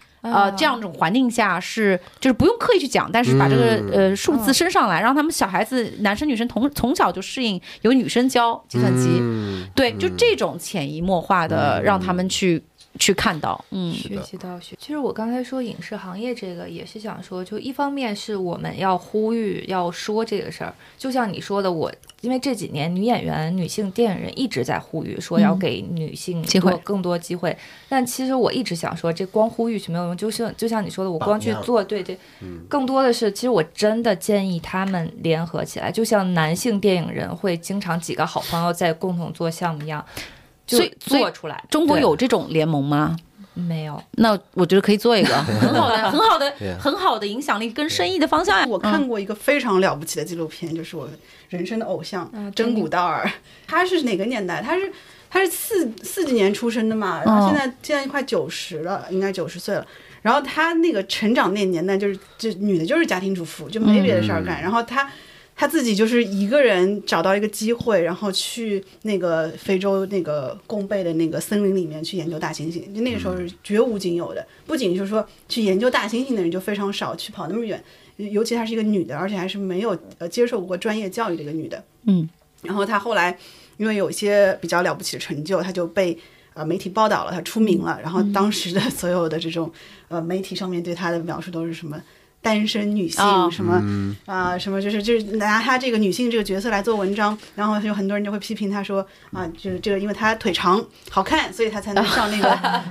呃，这样一种环境下是，就是不用刻意去讲，但是把这个、呃数字升上来，让他们小孩子男生女生同从小就适应有女生教计算机，
嗯
对，就这种潜移默化的让他们去、去看到，嗯，
学习到学。其实我刚才说影视行业这个，也是想说，就一方面是我们要呼吁要说这个事儿，就像你说的，我因为这几年女演员、女性电影人一直在呼吁说要给女性
嗯机会
多更多机会，但其实我一直想说，这光呼吁是没有用，就是就像你说的，我光去
榜样
做，对对，
嗯
更多的是，其实我真的建议他们联合起来，就像男性电影人会经常几个好朋友在共同做项目一样。就
所以所以
做出来，
中国
对
有这种联盟吗？
没有？
那我觉得可以做一个很好的、很好的
对、
很好的影响力跟生意的方向呀。
我看过一个非常了不起的纪录片，就是我人生的偶像真古道尔，他是哪个年代？他是他是四四几年出生的嘛，然后现在、现在快九十了，应该九十岁了。然后他那个成长那年代，就是就女的就是家庭主妇，就没别的事儿干。然后他他自己就是一个人找到一个机会，然后去那个非洲那个贡贝的那个森林里面去研究大猩猩，就那个时候是绝无仅有的。不仅就是说去研究大猩猩的人就非常少，去跑那么远，尤其她是一个女的，而且还是没有呃接受过专业教育的一个女的。
嗯，
然后她后来因为有一些比较了不起的成就，她就被呃媒体报道了，她出名了。然后当时的所有的这种呃媒体上面对她的描述都是什么？单身女性、
哦
什么啊、什么就是就是拿她这个女性这个角色来做文章，然后有很多人就会批评她说啊、就是这个因为她腿长好看，所以她才能上那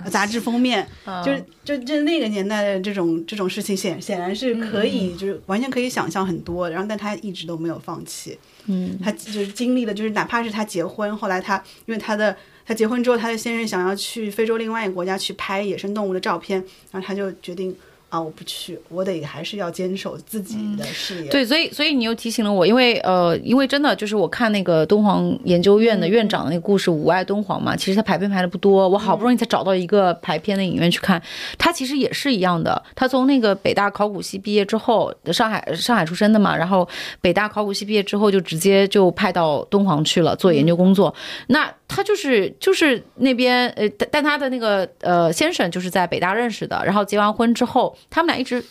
个杂志封面。
嗯
就是就就那个年代的这种这种事情显显然是可以，
嗯
就是完全可以想象很多的。然后，但他一直都没有放弃。嗯，他就是经历了，就是哪怕是他结婚，后来他因为他的他结婚之后，他的先生想要去非洲另外一个国家去拍野生动物的照片，然后他就决定啊，我不去，我得还是要坚守自己的事业。
嗯对，所以所以你又提醒了我，因为呃，因为真的就是我看那个敦煌研究院的院长的那个故事《吾爱敦煌》嘛，其实他排片排的不多，我好不容易才找到一个排片的影院去看。他其实也是一样的，他从那个北大考古系毕业之后，呃上海上海出生的嘛，然后北大考古系毕业之后就直接就派到敦煌去了做研究工作。那他就是就是那边呃，但但他的那个呃先生就是在北大认识的，然后结完婚之后，他们俩一直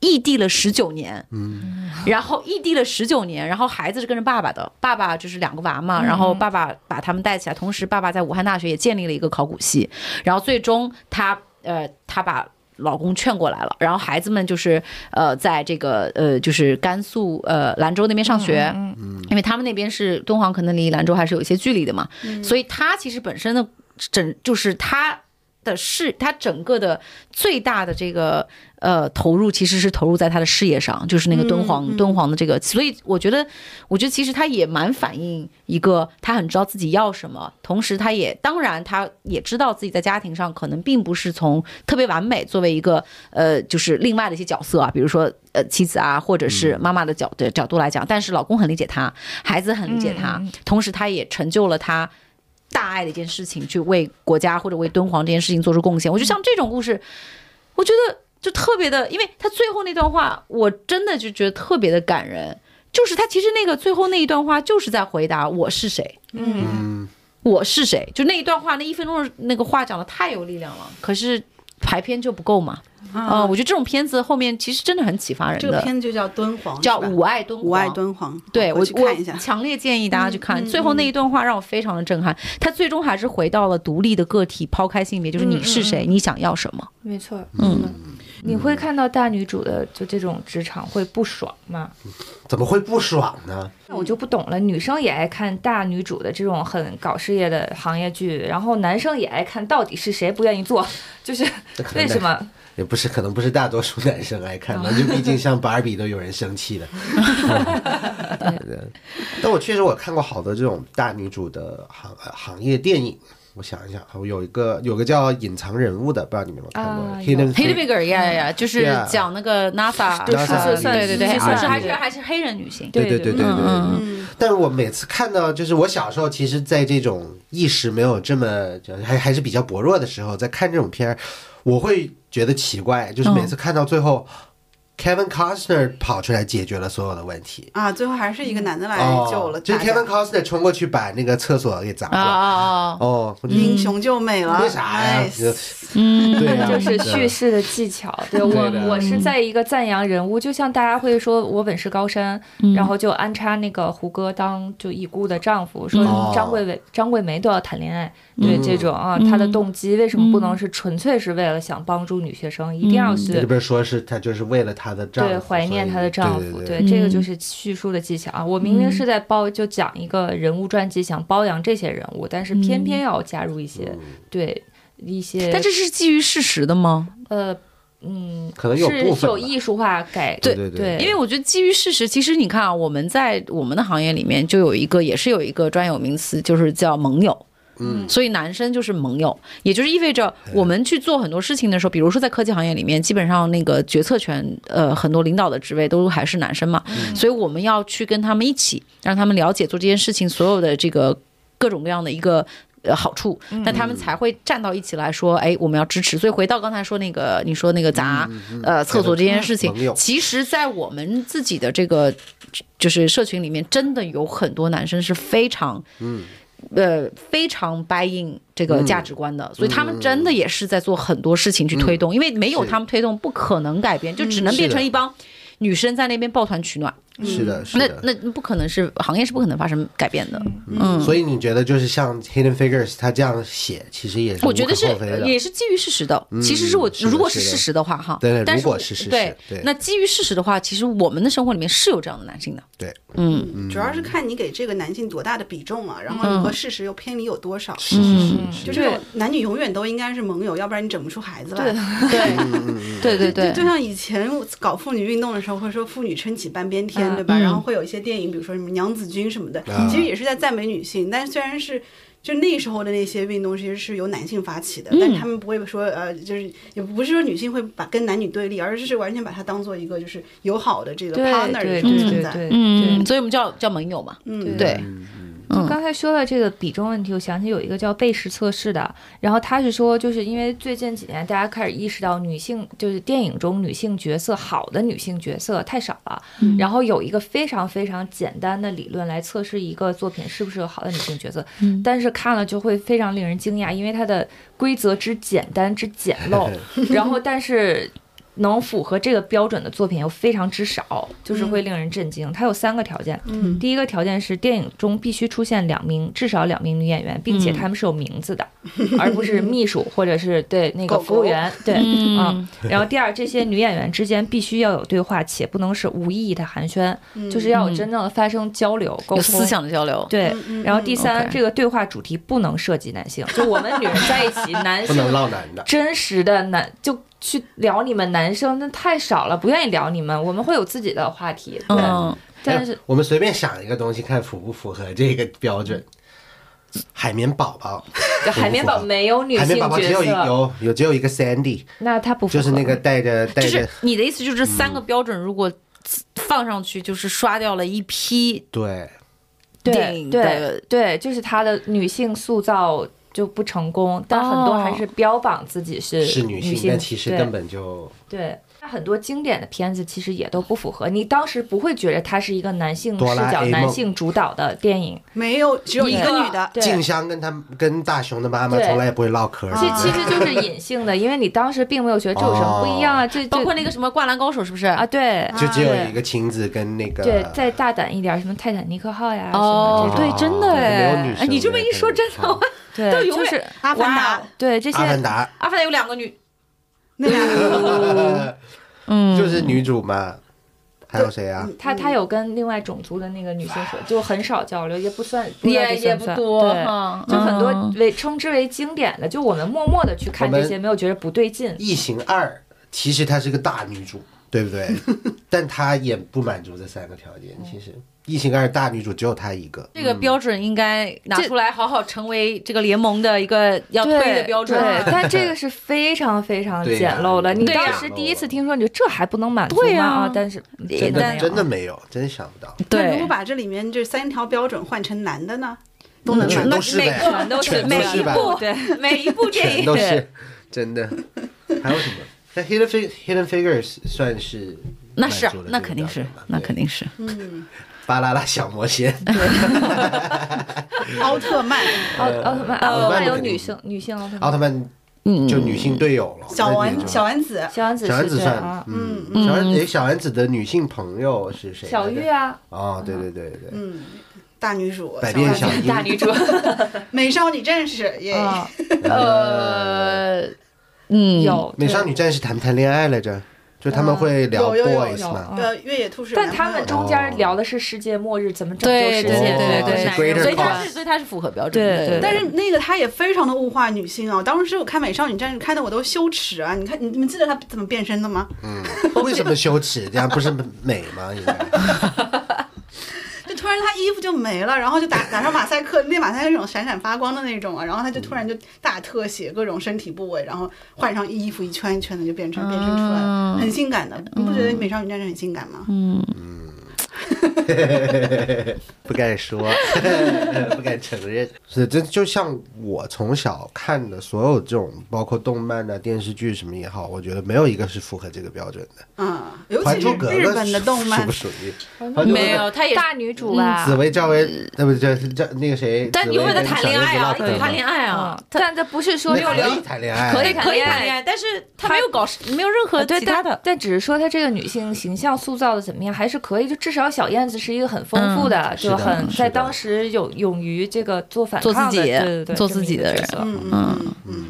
异地了十九年，嗯，然后异地了十九年，然后孩子是跟着爸爸的，爸爸就是两个娃嘛，然后爸爸把他们带起来，同时爸爸在武汉大学也建立了一个考古系，然后最终他呃他把。老公劝过来了，然后孩子们就是呃，在这个呃，就是甘肃呃兰州那边上学，因为他们那边是敦煌，可能离兰州还是有一些距离的嘛，所以他其实本身的整就是他的事，他整个的最大的这个呃投入其实是投入在他的事业上，就是那个敦煌、敦煌的这个，所以我觉得，我觉得其实他也蛮反映一个他很知道自己要什么，同时他也当然他也知道自己在家庭上可能并不是从特别完美作为一个呃就是另外的一些角色啊，比如说呃妻子啊，或者是妈妈的角的角度来讲，但是老公很理解他，孩子很理解他，
嗯
同时他也成就了他。大爱的一件事情，去为国家或者为敦煌这件事情做出贡献。我觉得像这种故事，我觉得就特别的，因为他最后那段话，我真的就觉得特别的感人。就是他其实那个最后那一段话，就是在回答我是谁，
嗯，
我是谁。就那一段话，那一分钟的那个话讲的太有力量了，可是排片就不够嘛。啊、我觉得这种片子后面其实真的很启发人
这个
的，
片子就叫敦煌，
叫
是
《
吧
吾爱敦煌》。
吾爱敦煌，
对
我
我
去看一下
我。强烈建议大家去看。最后那一段话让我非常的震撼，他最终还是回到了独立的个体，抛开性别，就是你是谁，你想要什么。
没错，嗯，你会看到大女主的就这种职场会不爽吗？
怎么会不爽呢？
那我就不懂了，女生也爱看大女主的这种很搞事业的行业剧，然后男生也爱看，到底是谁不愿意做？ 就是
可能
为什么？
也不是，可能不是大多数男生爱看吧，就毕竟像芭比都有人生气的。 对但我确实我看过好多这种大女主的行呃行业电影。我想一想，我有一个有个叫《隐藏人物》的，不知道你们有没有看过
啊
《
有
Hidden
h i d b
Figure
i g e r 呀呀，就是
嗯
讲那个 NASA，
对数字算
对对对，
计
而
算
且还
机
是还是黑人女性。
对对对对
对
对
嗯
对。但我每次看到，就是我小时候，其实，在这种意识没有这么就还还是比较薄弱的时候，在看这种片儿，我会觉得奇怪，就是每次看到最后、k e v i n Costner 跑出来解决了所有的问题。
啊，最后还是一个男的来哎救了
哦，就
大
是 Kevin
家，
Costner 冲过去把那个厕所给砸
啊
了。
啊啊！
哦，我就
英雄救美了，
为啥呀？
哎
就
嗯，
对呀，
就是叙事的技巧。对我
对的，嗯
我是在一个赞扬人物，就像大家会说我本是高山，
嗯
然后就安插那个胡歌当就已故的丈夫，说
哦嗯
张桂梅张桂梅都要谈恋爱，对这种啊，他的动机为什么不能是纯粹是为了想帮助女学生，一定要
这
是。
边说是她就是为了她的丈夫，
对，怀念
所以
她的丈夫，
对
这个就是叙述的技巧啊。我明明是在包就讲一个人物传记，想包养这些人物，但是偏偏要加入一
嗯
些对一些，
但这是基于事实的吗？
呃，嗯，
可能有部
是
分
有
吧
艺术化改
对
对
对对
因为我觉得基于事实，其实你看啊，我们在我们的行业里面就有一个，也是有一个专有名词，就是叫盟友。嗯，所以男生就是盟友，也就是意味着我们去做很多事情的时候，比如说在科技行业里面，基本上那个决策权，呃，很多领导的职位都还是男生嘛，所以我们要去跟他们一起，让他们了解做这件事情所有的这个各种各样的一个。呃，好处，那他们才会站到一起来说，哎，我们要支持。所以回到刚才说那个，你说那个砸、呃厕所这件事情
朋友，
其实，在我们自己的这个就是社群里面，真的有很多男生是非常
嗯
呃非常 buy in 这个价值观的，所以他们真的也是在做很多事情去推动，因为没有
嗯是嗯
他们推动，不可能改变，就只能
是
变
的
成一帮女生在那边抱团取暖。
嗯
是的，是
那
的。
那不可能是行业是不可能发生改变的。
嗯，所以你觉得就是像 Hidden Figures 他这样写，其实也是
我觉得是
无可厚非的嗯
也是基于事实的。其实是我
是的
如果
是的
事实的话哈，
对对
但
如果
我
是事实
对
对
那基于事实的话，其实我们的生活里面是有这样的男性的。嗯
对，
嗯
嗯
主要是看你给这个男性多大的比重啊了，然后你和事实又偏离有多少。
嗯，
就这种男女永远都应该是盟友，要不然你整不出孩子来。
对对对
就像以前我搞妇女运动的时候，会说妇女撑起半边
嗯
天，对吧？然后会有一些电影，比如说什么娘子军什么的，其实也是在赞美女性。但虽然是就那时候的那些运动，其实是由男性发起
嗯
的，但他们不会说呃，就是也不是说女性会把跟男女对立，而是完全把它当做一个就是友好的这个
对
partner 的这
对对
种
对
存
对
在。
嗯，所以我们叫叫盟友嘛。
嗯
对，
就刚才说到这个比重问题，我想起有一个叫贝氏测试的，然后他是说，就是因为最近几年大家开始意识到女性，就是电影中女性角色好的女性角色太少了，然后有一个非常非常简单的理论来测试一个作品是不是有好的女性角色，但是看了就会非 常
嗯
令人惊讶，因为它的规则之简单之简陋，然后但是。能符合这个标准的作品又非常之少，就是会令人震惊。它有三个条件，
嗯
第一个条件是电影中必须出现两名至少两名女演员，并
嗯
且她们是有名字的， 而不是秘书或者是对那
狗
个
狗
服务员。对，
嗯
嗯。然后第二，这些女演员之间必须要有对话，且不能是无意义的寒暄，就是要有真正的发生交流、沟
嗯有
通。
思想的嗯交流，
对，然后第三，
OK
这个对话主题不能涉及男 性，就我们女人在一起，男
不
性
能唠男的。哎
真实的男就去聊你们男生，那太少了，不愿意聊你们，我们会有自己的话题。对，
嗯，
但是
哎我们随便想一个东西，看符不符合这个标准。海绵宝宝，
就海绵宝宝没有女
海
性
绵宝宝只
角
有一
色，
有有只有一个 Sandy，
那他不符
就是
合
那个带着带
哎就是
着
你的意思就是这三个标准如果放上去，就是刷掉了一批
对，
电
对
影
对
的
对，就是他的女性塑造就不成功，但很多
哦
还是标榜自己是
是
女
女性，但其实
对
根本就
对。那很多经典的片子其实也都不符合，你当时不会觉得它是一个男性
哆
视
啦 A
角、
梦
男性主导的电影。
没有只有一
一个
个女的，
对
静香跟他跟大雄的妈妈
对
从来也不会唠嗑儿，
这其实就是隐性的，因为你当时并没有觉得这有什么不一样
哦
啊，这
包括
那
那个什么《灌篮高手》，是不是？
啊，对
就只有
对
一个晴子跟那个
对，再大胆一点，什么泰坦尼克号呀，
哦，
什么
对，真的
没有
哎
女，
哎
生
你这么一说，
的那
真
个
的，我
这种
都
对，
永
就
远
是
阿凡达
哇
对这
阿凡
些，
达，
阿凡达有两个女，
那俩
嗯
就是女主嘛，还有谁啊？
他他有跟另外种族的那个女性说，就很少交流，也不算，知道
也
这
也
算
不
算
多
对，
哈，
就很多
嗯
为称之为经典的，就我们默默的去看
我们
这些，没有觉得不对劲。
异形二其实她是个大女主，对不 对？但她也不满足这三个条件。其实异形二大女主只有她一个，
这个标准应该拿出来，好好成为这个联盟的一个要推的标准。
对，但这个是非常非常
对
简
呀
陋的。你
对呀
当时第一次听说，你就这还不能满足
对
吗？
呀
啊，但是真的
但
没有
真的没有，真想不到，
嗯那如果把这里面这三条标准换成男的呢，都
那
能
全
满
都
足。
是
每
呗，
全都是
全都
每
是
一
呗，
部
对，
每一部电
全
影
都是真的。还有什么？那 Hidden Fig- Hidden Figures 算是
那是
满足了这个
那肯定是
标准吧
那
对
肯定嗯是
巴啦啦小魔仙，
奥特曼、
奥奥特曼，
奥
奥
特曼
特曼有
肯定
女性女性奥特
奥
曼，
特曼
嗯
就女性队友了，
小
那也
丸
就
小丸子，
小丸子
小丸
是
子
对
算
啊，，
嗯，小丸诶，小丸子的女性朋友是谁来着？
小玉啊，
哦，对对对对，
嗯，大女主，
百变
小
小
丸子
樱，
大女主，
美少女战士也
啊，
呃嗯
有
美少
对
女战士谈不谈恋爱来着？就他们会聊
有有有
boys 嘛，
呃越野兔是有
但
男朋
他
友的，
们中间聊的是世界末日怎么拯救
对
世
对对
界，
对
哦
对，
是 greater
所以它
cause
是所以它是符合标准
对
的，
对对
但是那个她也非常的物化女性啊！当时我看《美少女战士》看的我都羞耻啊！你看，你你们记得她怎么变身的吗？
为什么羞耻？这样不是美吗？应该
就突然她衣服就没了，然后就打 打上马赛克，那马赛克那种闪闪发光的那种啊，然后她就突然就大特写各种身体部位，然后换上衣服一圈一圈的就变成变身出来了，很性感的。你不觉得《美少女战士》很性感吗？
不敢说， 不敢承认。是，这就像我从小看的所有这种，包括动漫啊、电视剧什么也好，我觉得没有一个是符合这个标准的。
嗯，尤
《还
其是
珠格格》
日本的动
属
漫
不，属于？
没有它也是
大女主吧
紫。薇、赵薇，那不这这那个谁？
但你会
会
在谈恋爱啊，一直谈恋爱
嗯
啊，，
但这不是说
那
有
可
聊
以谈恋爱，
可以
可以
谈
谈
恋
恋
爱
爱，但是他没有搞没有任何
对，
其他
但
的，
但只是说她这个女性形象塑造的怎么样，还是可以。就至少小燕子是一个很丰富的，
是的
就很
是的
在当时有勇于这个做反
做自
抗的，
己
对对对，
做
这么
自己
一个
的
角
人
色
嗯嗯嗯嗯，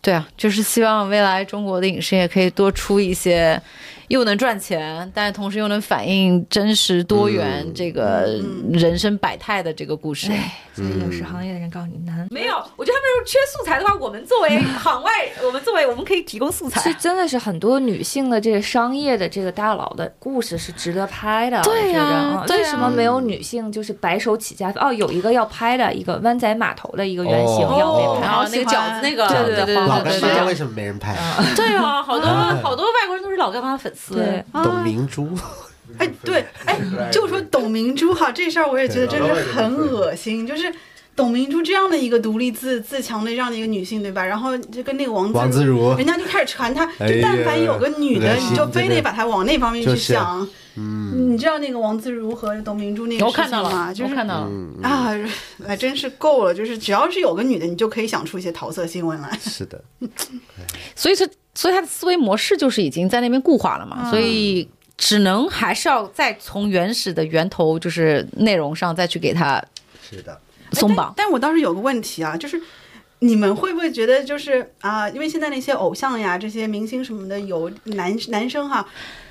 对啊，就是希望未来中国的影视也可以多出一些，又能赚钱，但是同时又能反映真实多元这个人生百态的这个故事。
哎所以影视行业的人告诉你难，没有。我觉得他们如果缺素材的话，我们作为行外，我们作为我们可以提供素材。是真的是很多女性的这个商业的这个大佬的故事是值得拍的。我
对呀
觉得啊
对呀
为什么没有女性就是白手起家？哦，有一个要拍的一个湾仔码头的一个原型
哦
要被
然
拍。
后那个饺子那个，
对对
对对
对
老干
对对
妈
对，
为什么没人拍？
对啊，好多好啊多外国人都是老干妈粉丝。
对，
董明珠，
哎，对，哎，就说董明珠哈，这事儿我也觉得真是很恶心，就是。董明珠这样的一个独立自自强的这样的一个女性，对吧？然后就跟那个王
王自 如
人家就开始传她，
哎呀
就但凡有个女的，
恶心
你就非
真
得
的
把她往那方面去
就是
想。嗯，你知道那个王自如和董明珠那个
我
事
看
情
到
吗？
了，
就是
我看到了，
啊，哎，真是够了！就是只要是有个女的，你就可以想出一些桃色新闻来。
是的，
所以说，所以他的思维模式就是已经在那边固化了嘛，所以只能还是要再从原始的源头，就是内容上再去给他
是的，
松绑。
但我倒是有个问题啊，就是你们会不会觉得，就是啊，因为现在那些偶像呀、这些明星什么的，有男男生哈，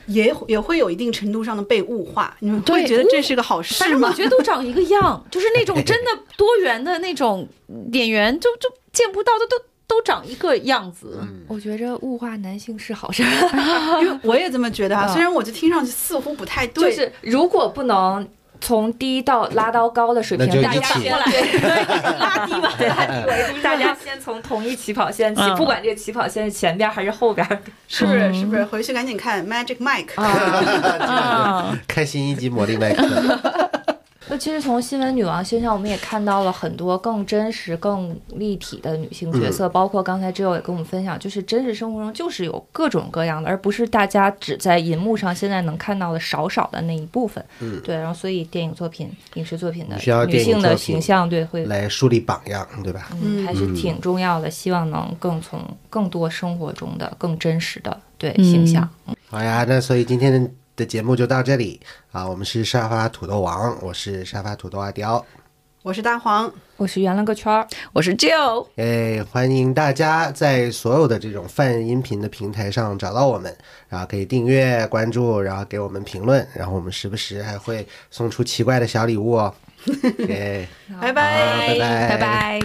也也会有一定程度上的被物化，你们会
对
觉得这是个好事
反正
吗？
我觉得都长一个样，
就是那种真的多元的那种嗯演员，就就见不到的都都长一个样子。
嗯
我觉着物化男性是好事儿。
因为我也这么觉得啊，
嗯
虽然我就听上去似乎不太
就
对，
是如果不能从低到拉到高的水平
那就，
大
一
家
起
先 对拉低吧，拉低为主，大 家先从同一起跑线起，
嗯
不管这个起跑线是前边还是后边。
是不是？是不是？回去赶紧看 Magic Mike，、
啊，
开心一击魔力麦 克，
那其实从新闻女王身上，我们也看到了很多更真实、更立体的女性角
嗯
色，包括刚才 j o 也跟我们分享，就是真实生活中就是有各种各样的，而不是大家只在银幕上现在能看到的少少的那一部分。嗯，对，然后所以电影作品、影视作品的
需要
女
电影
性
作
的
品
形象，对，会
来树立榜样，对吧？
嗯，还是挺重要的，希望能更从更多生活中的更真实的对
嗯
形象。嗯
好呀，那所以今天的节目就到这里啊，我们是沙发土豆王，我是沙发土豆阿刁，
我是大黄，
我是圆了个圈儿，
我是 Jill，
哎，欢迎大家在所有的这种泛音频的平台上找到我们，然后可以订阅、关注，然后给我们评论，然后我们时不时还 会送出奇怪的小礼物哦。哎，
拜
好，拜拜，
拜拜。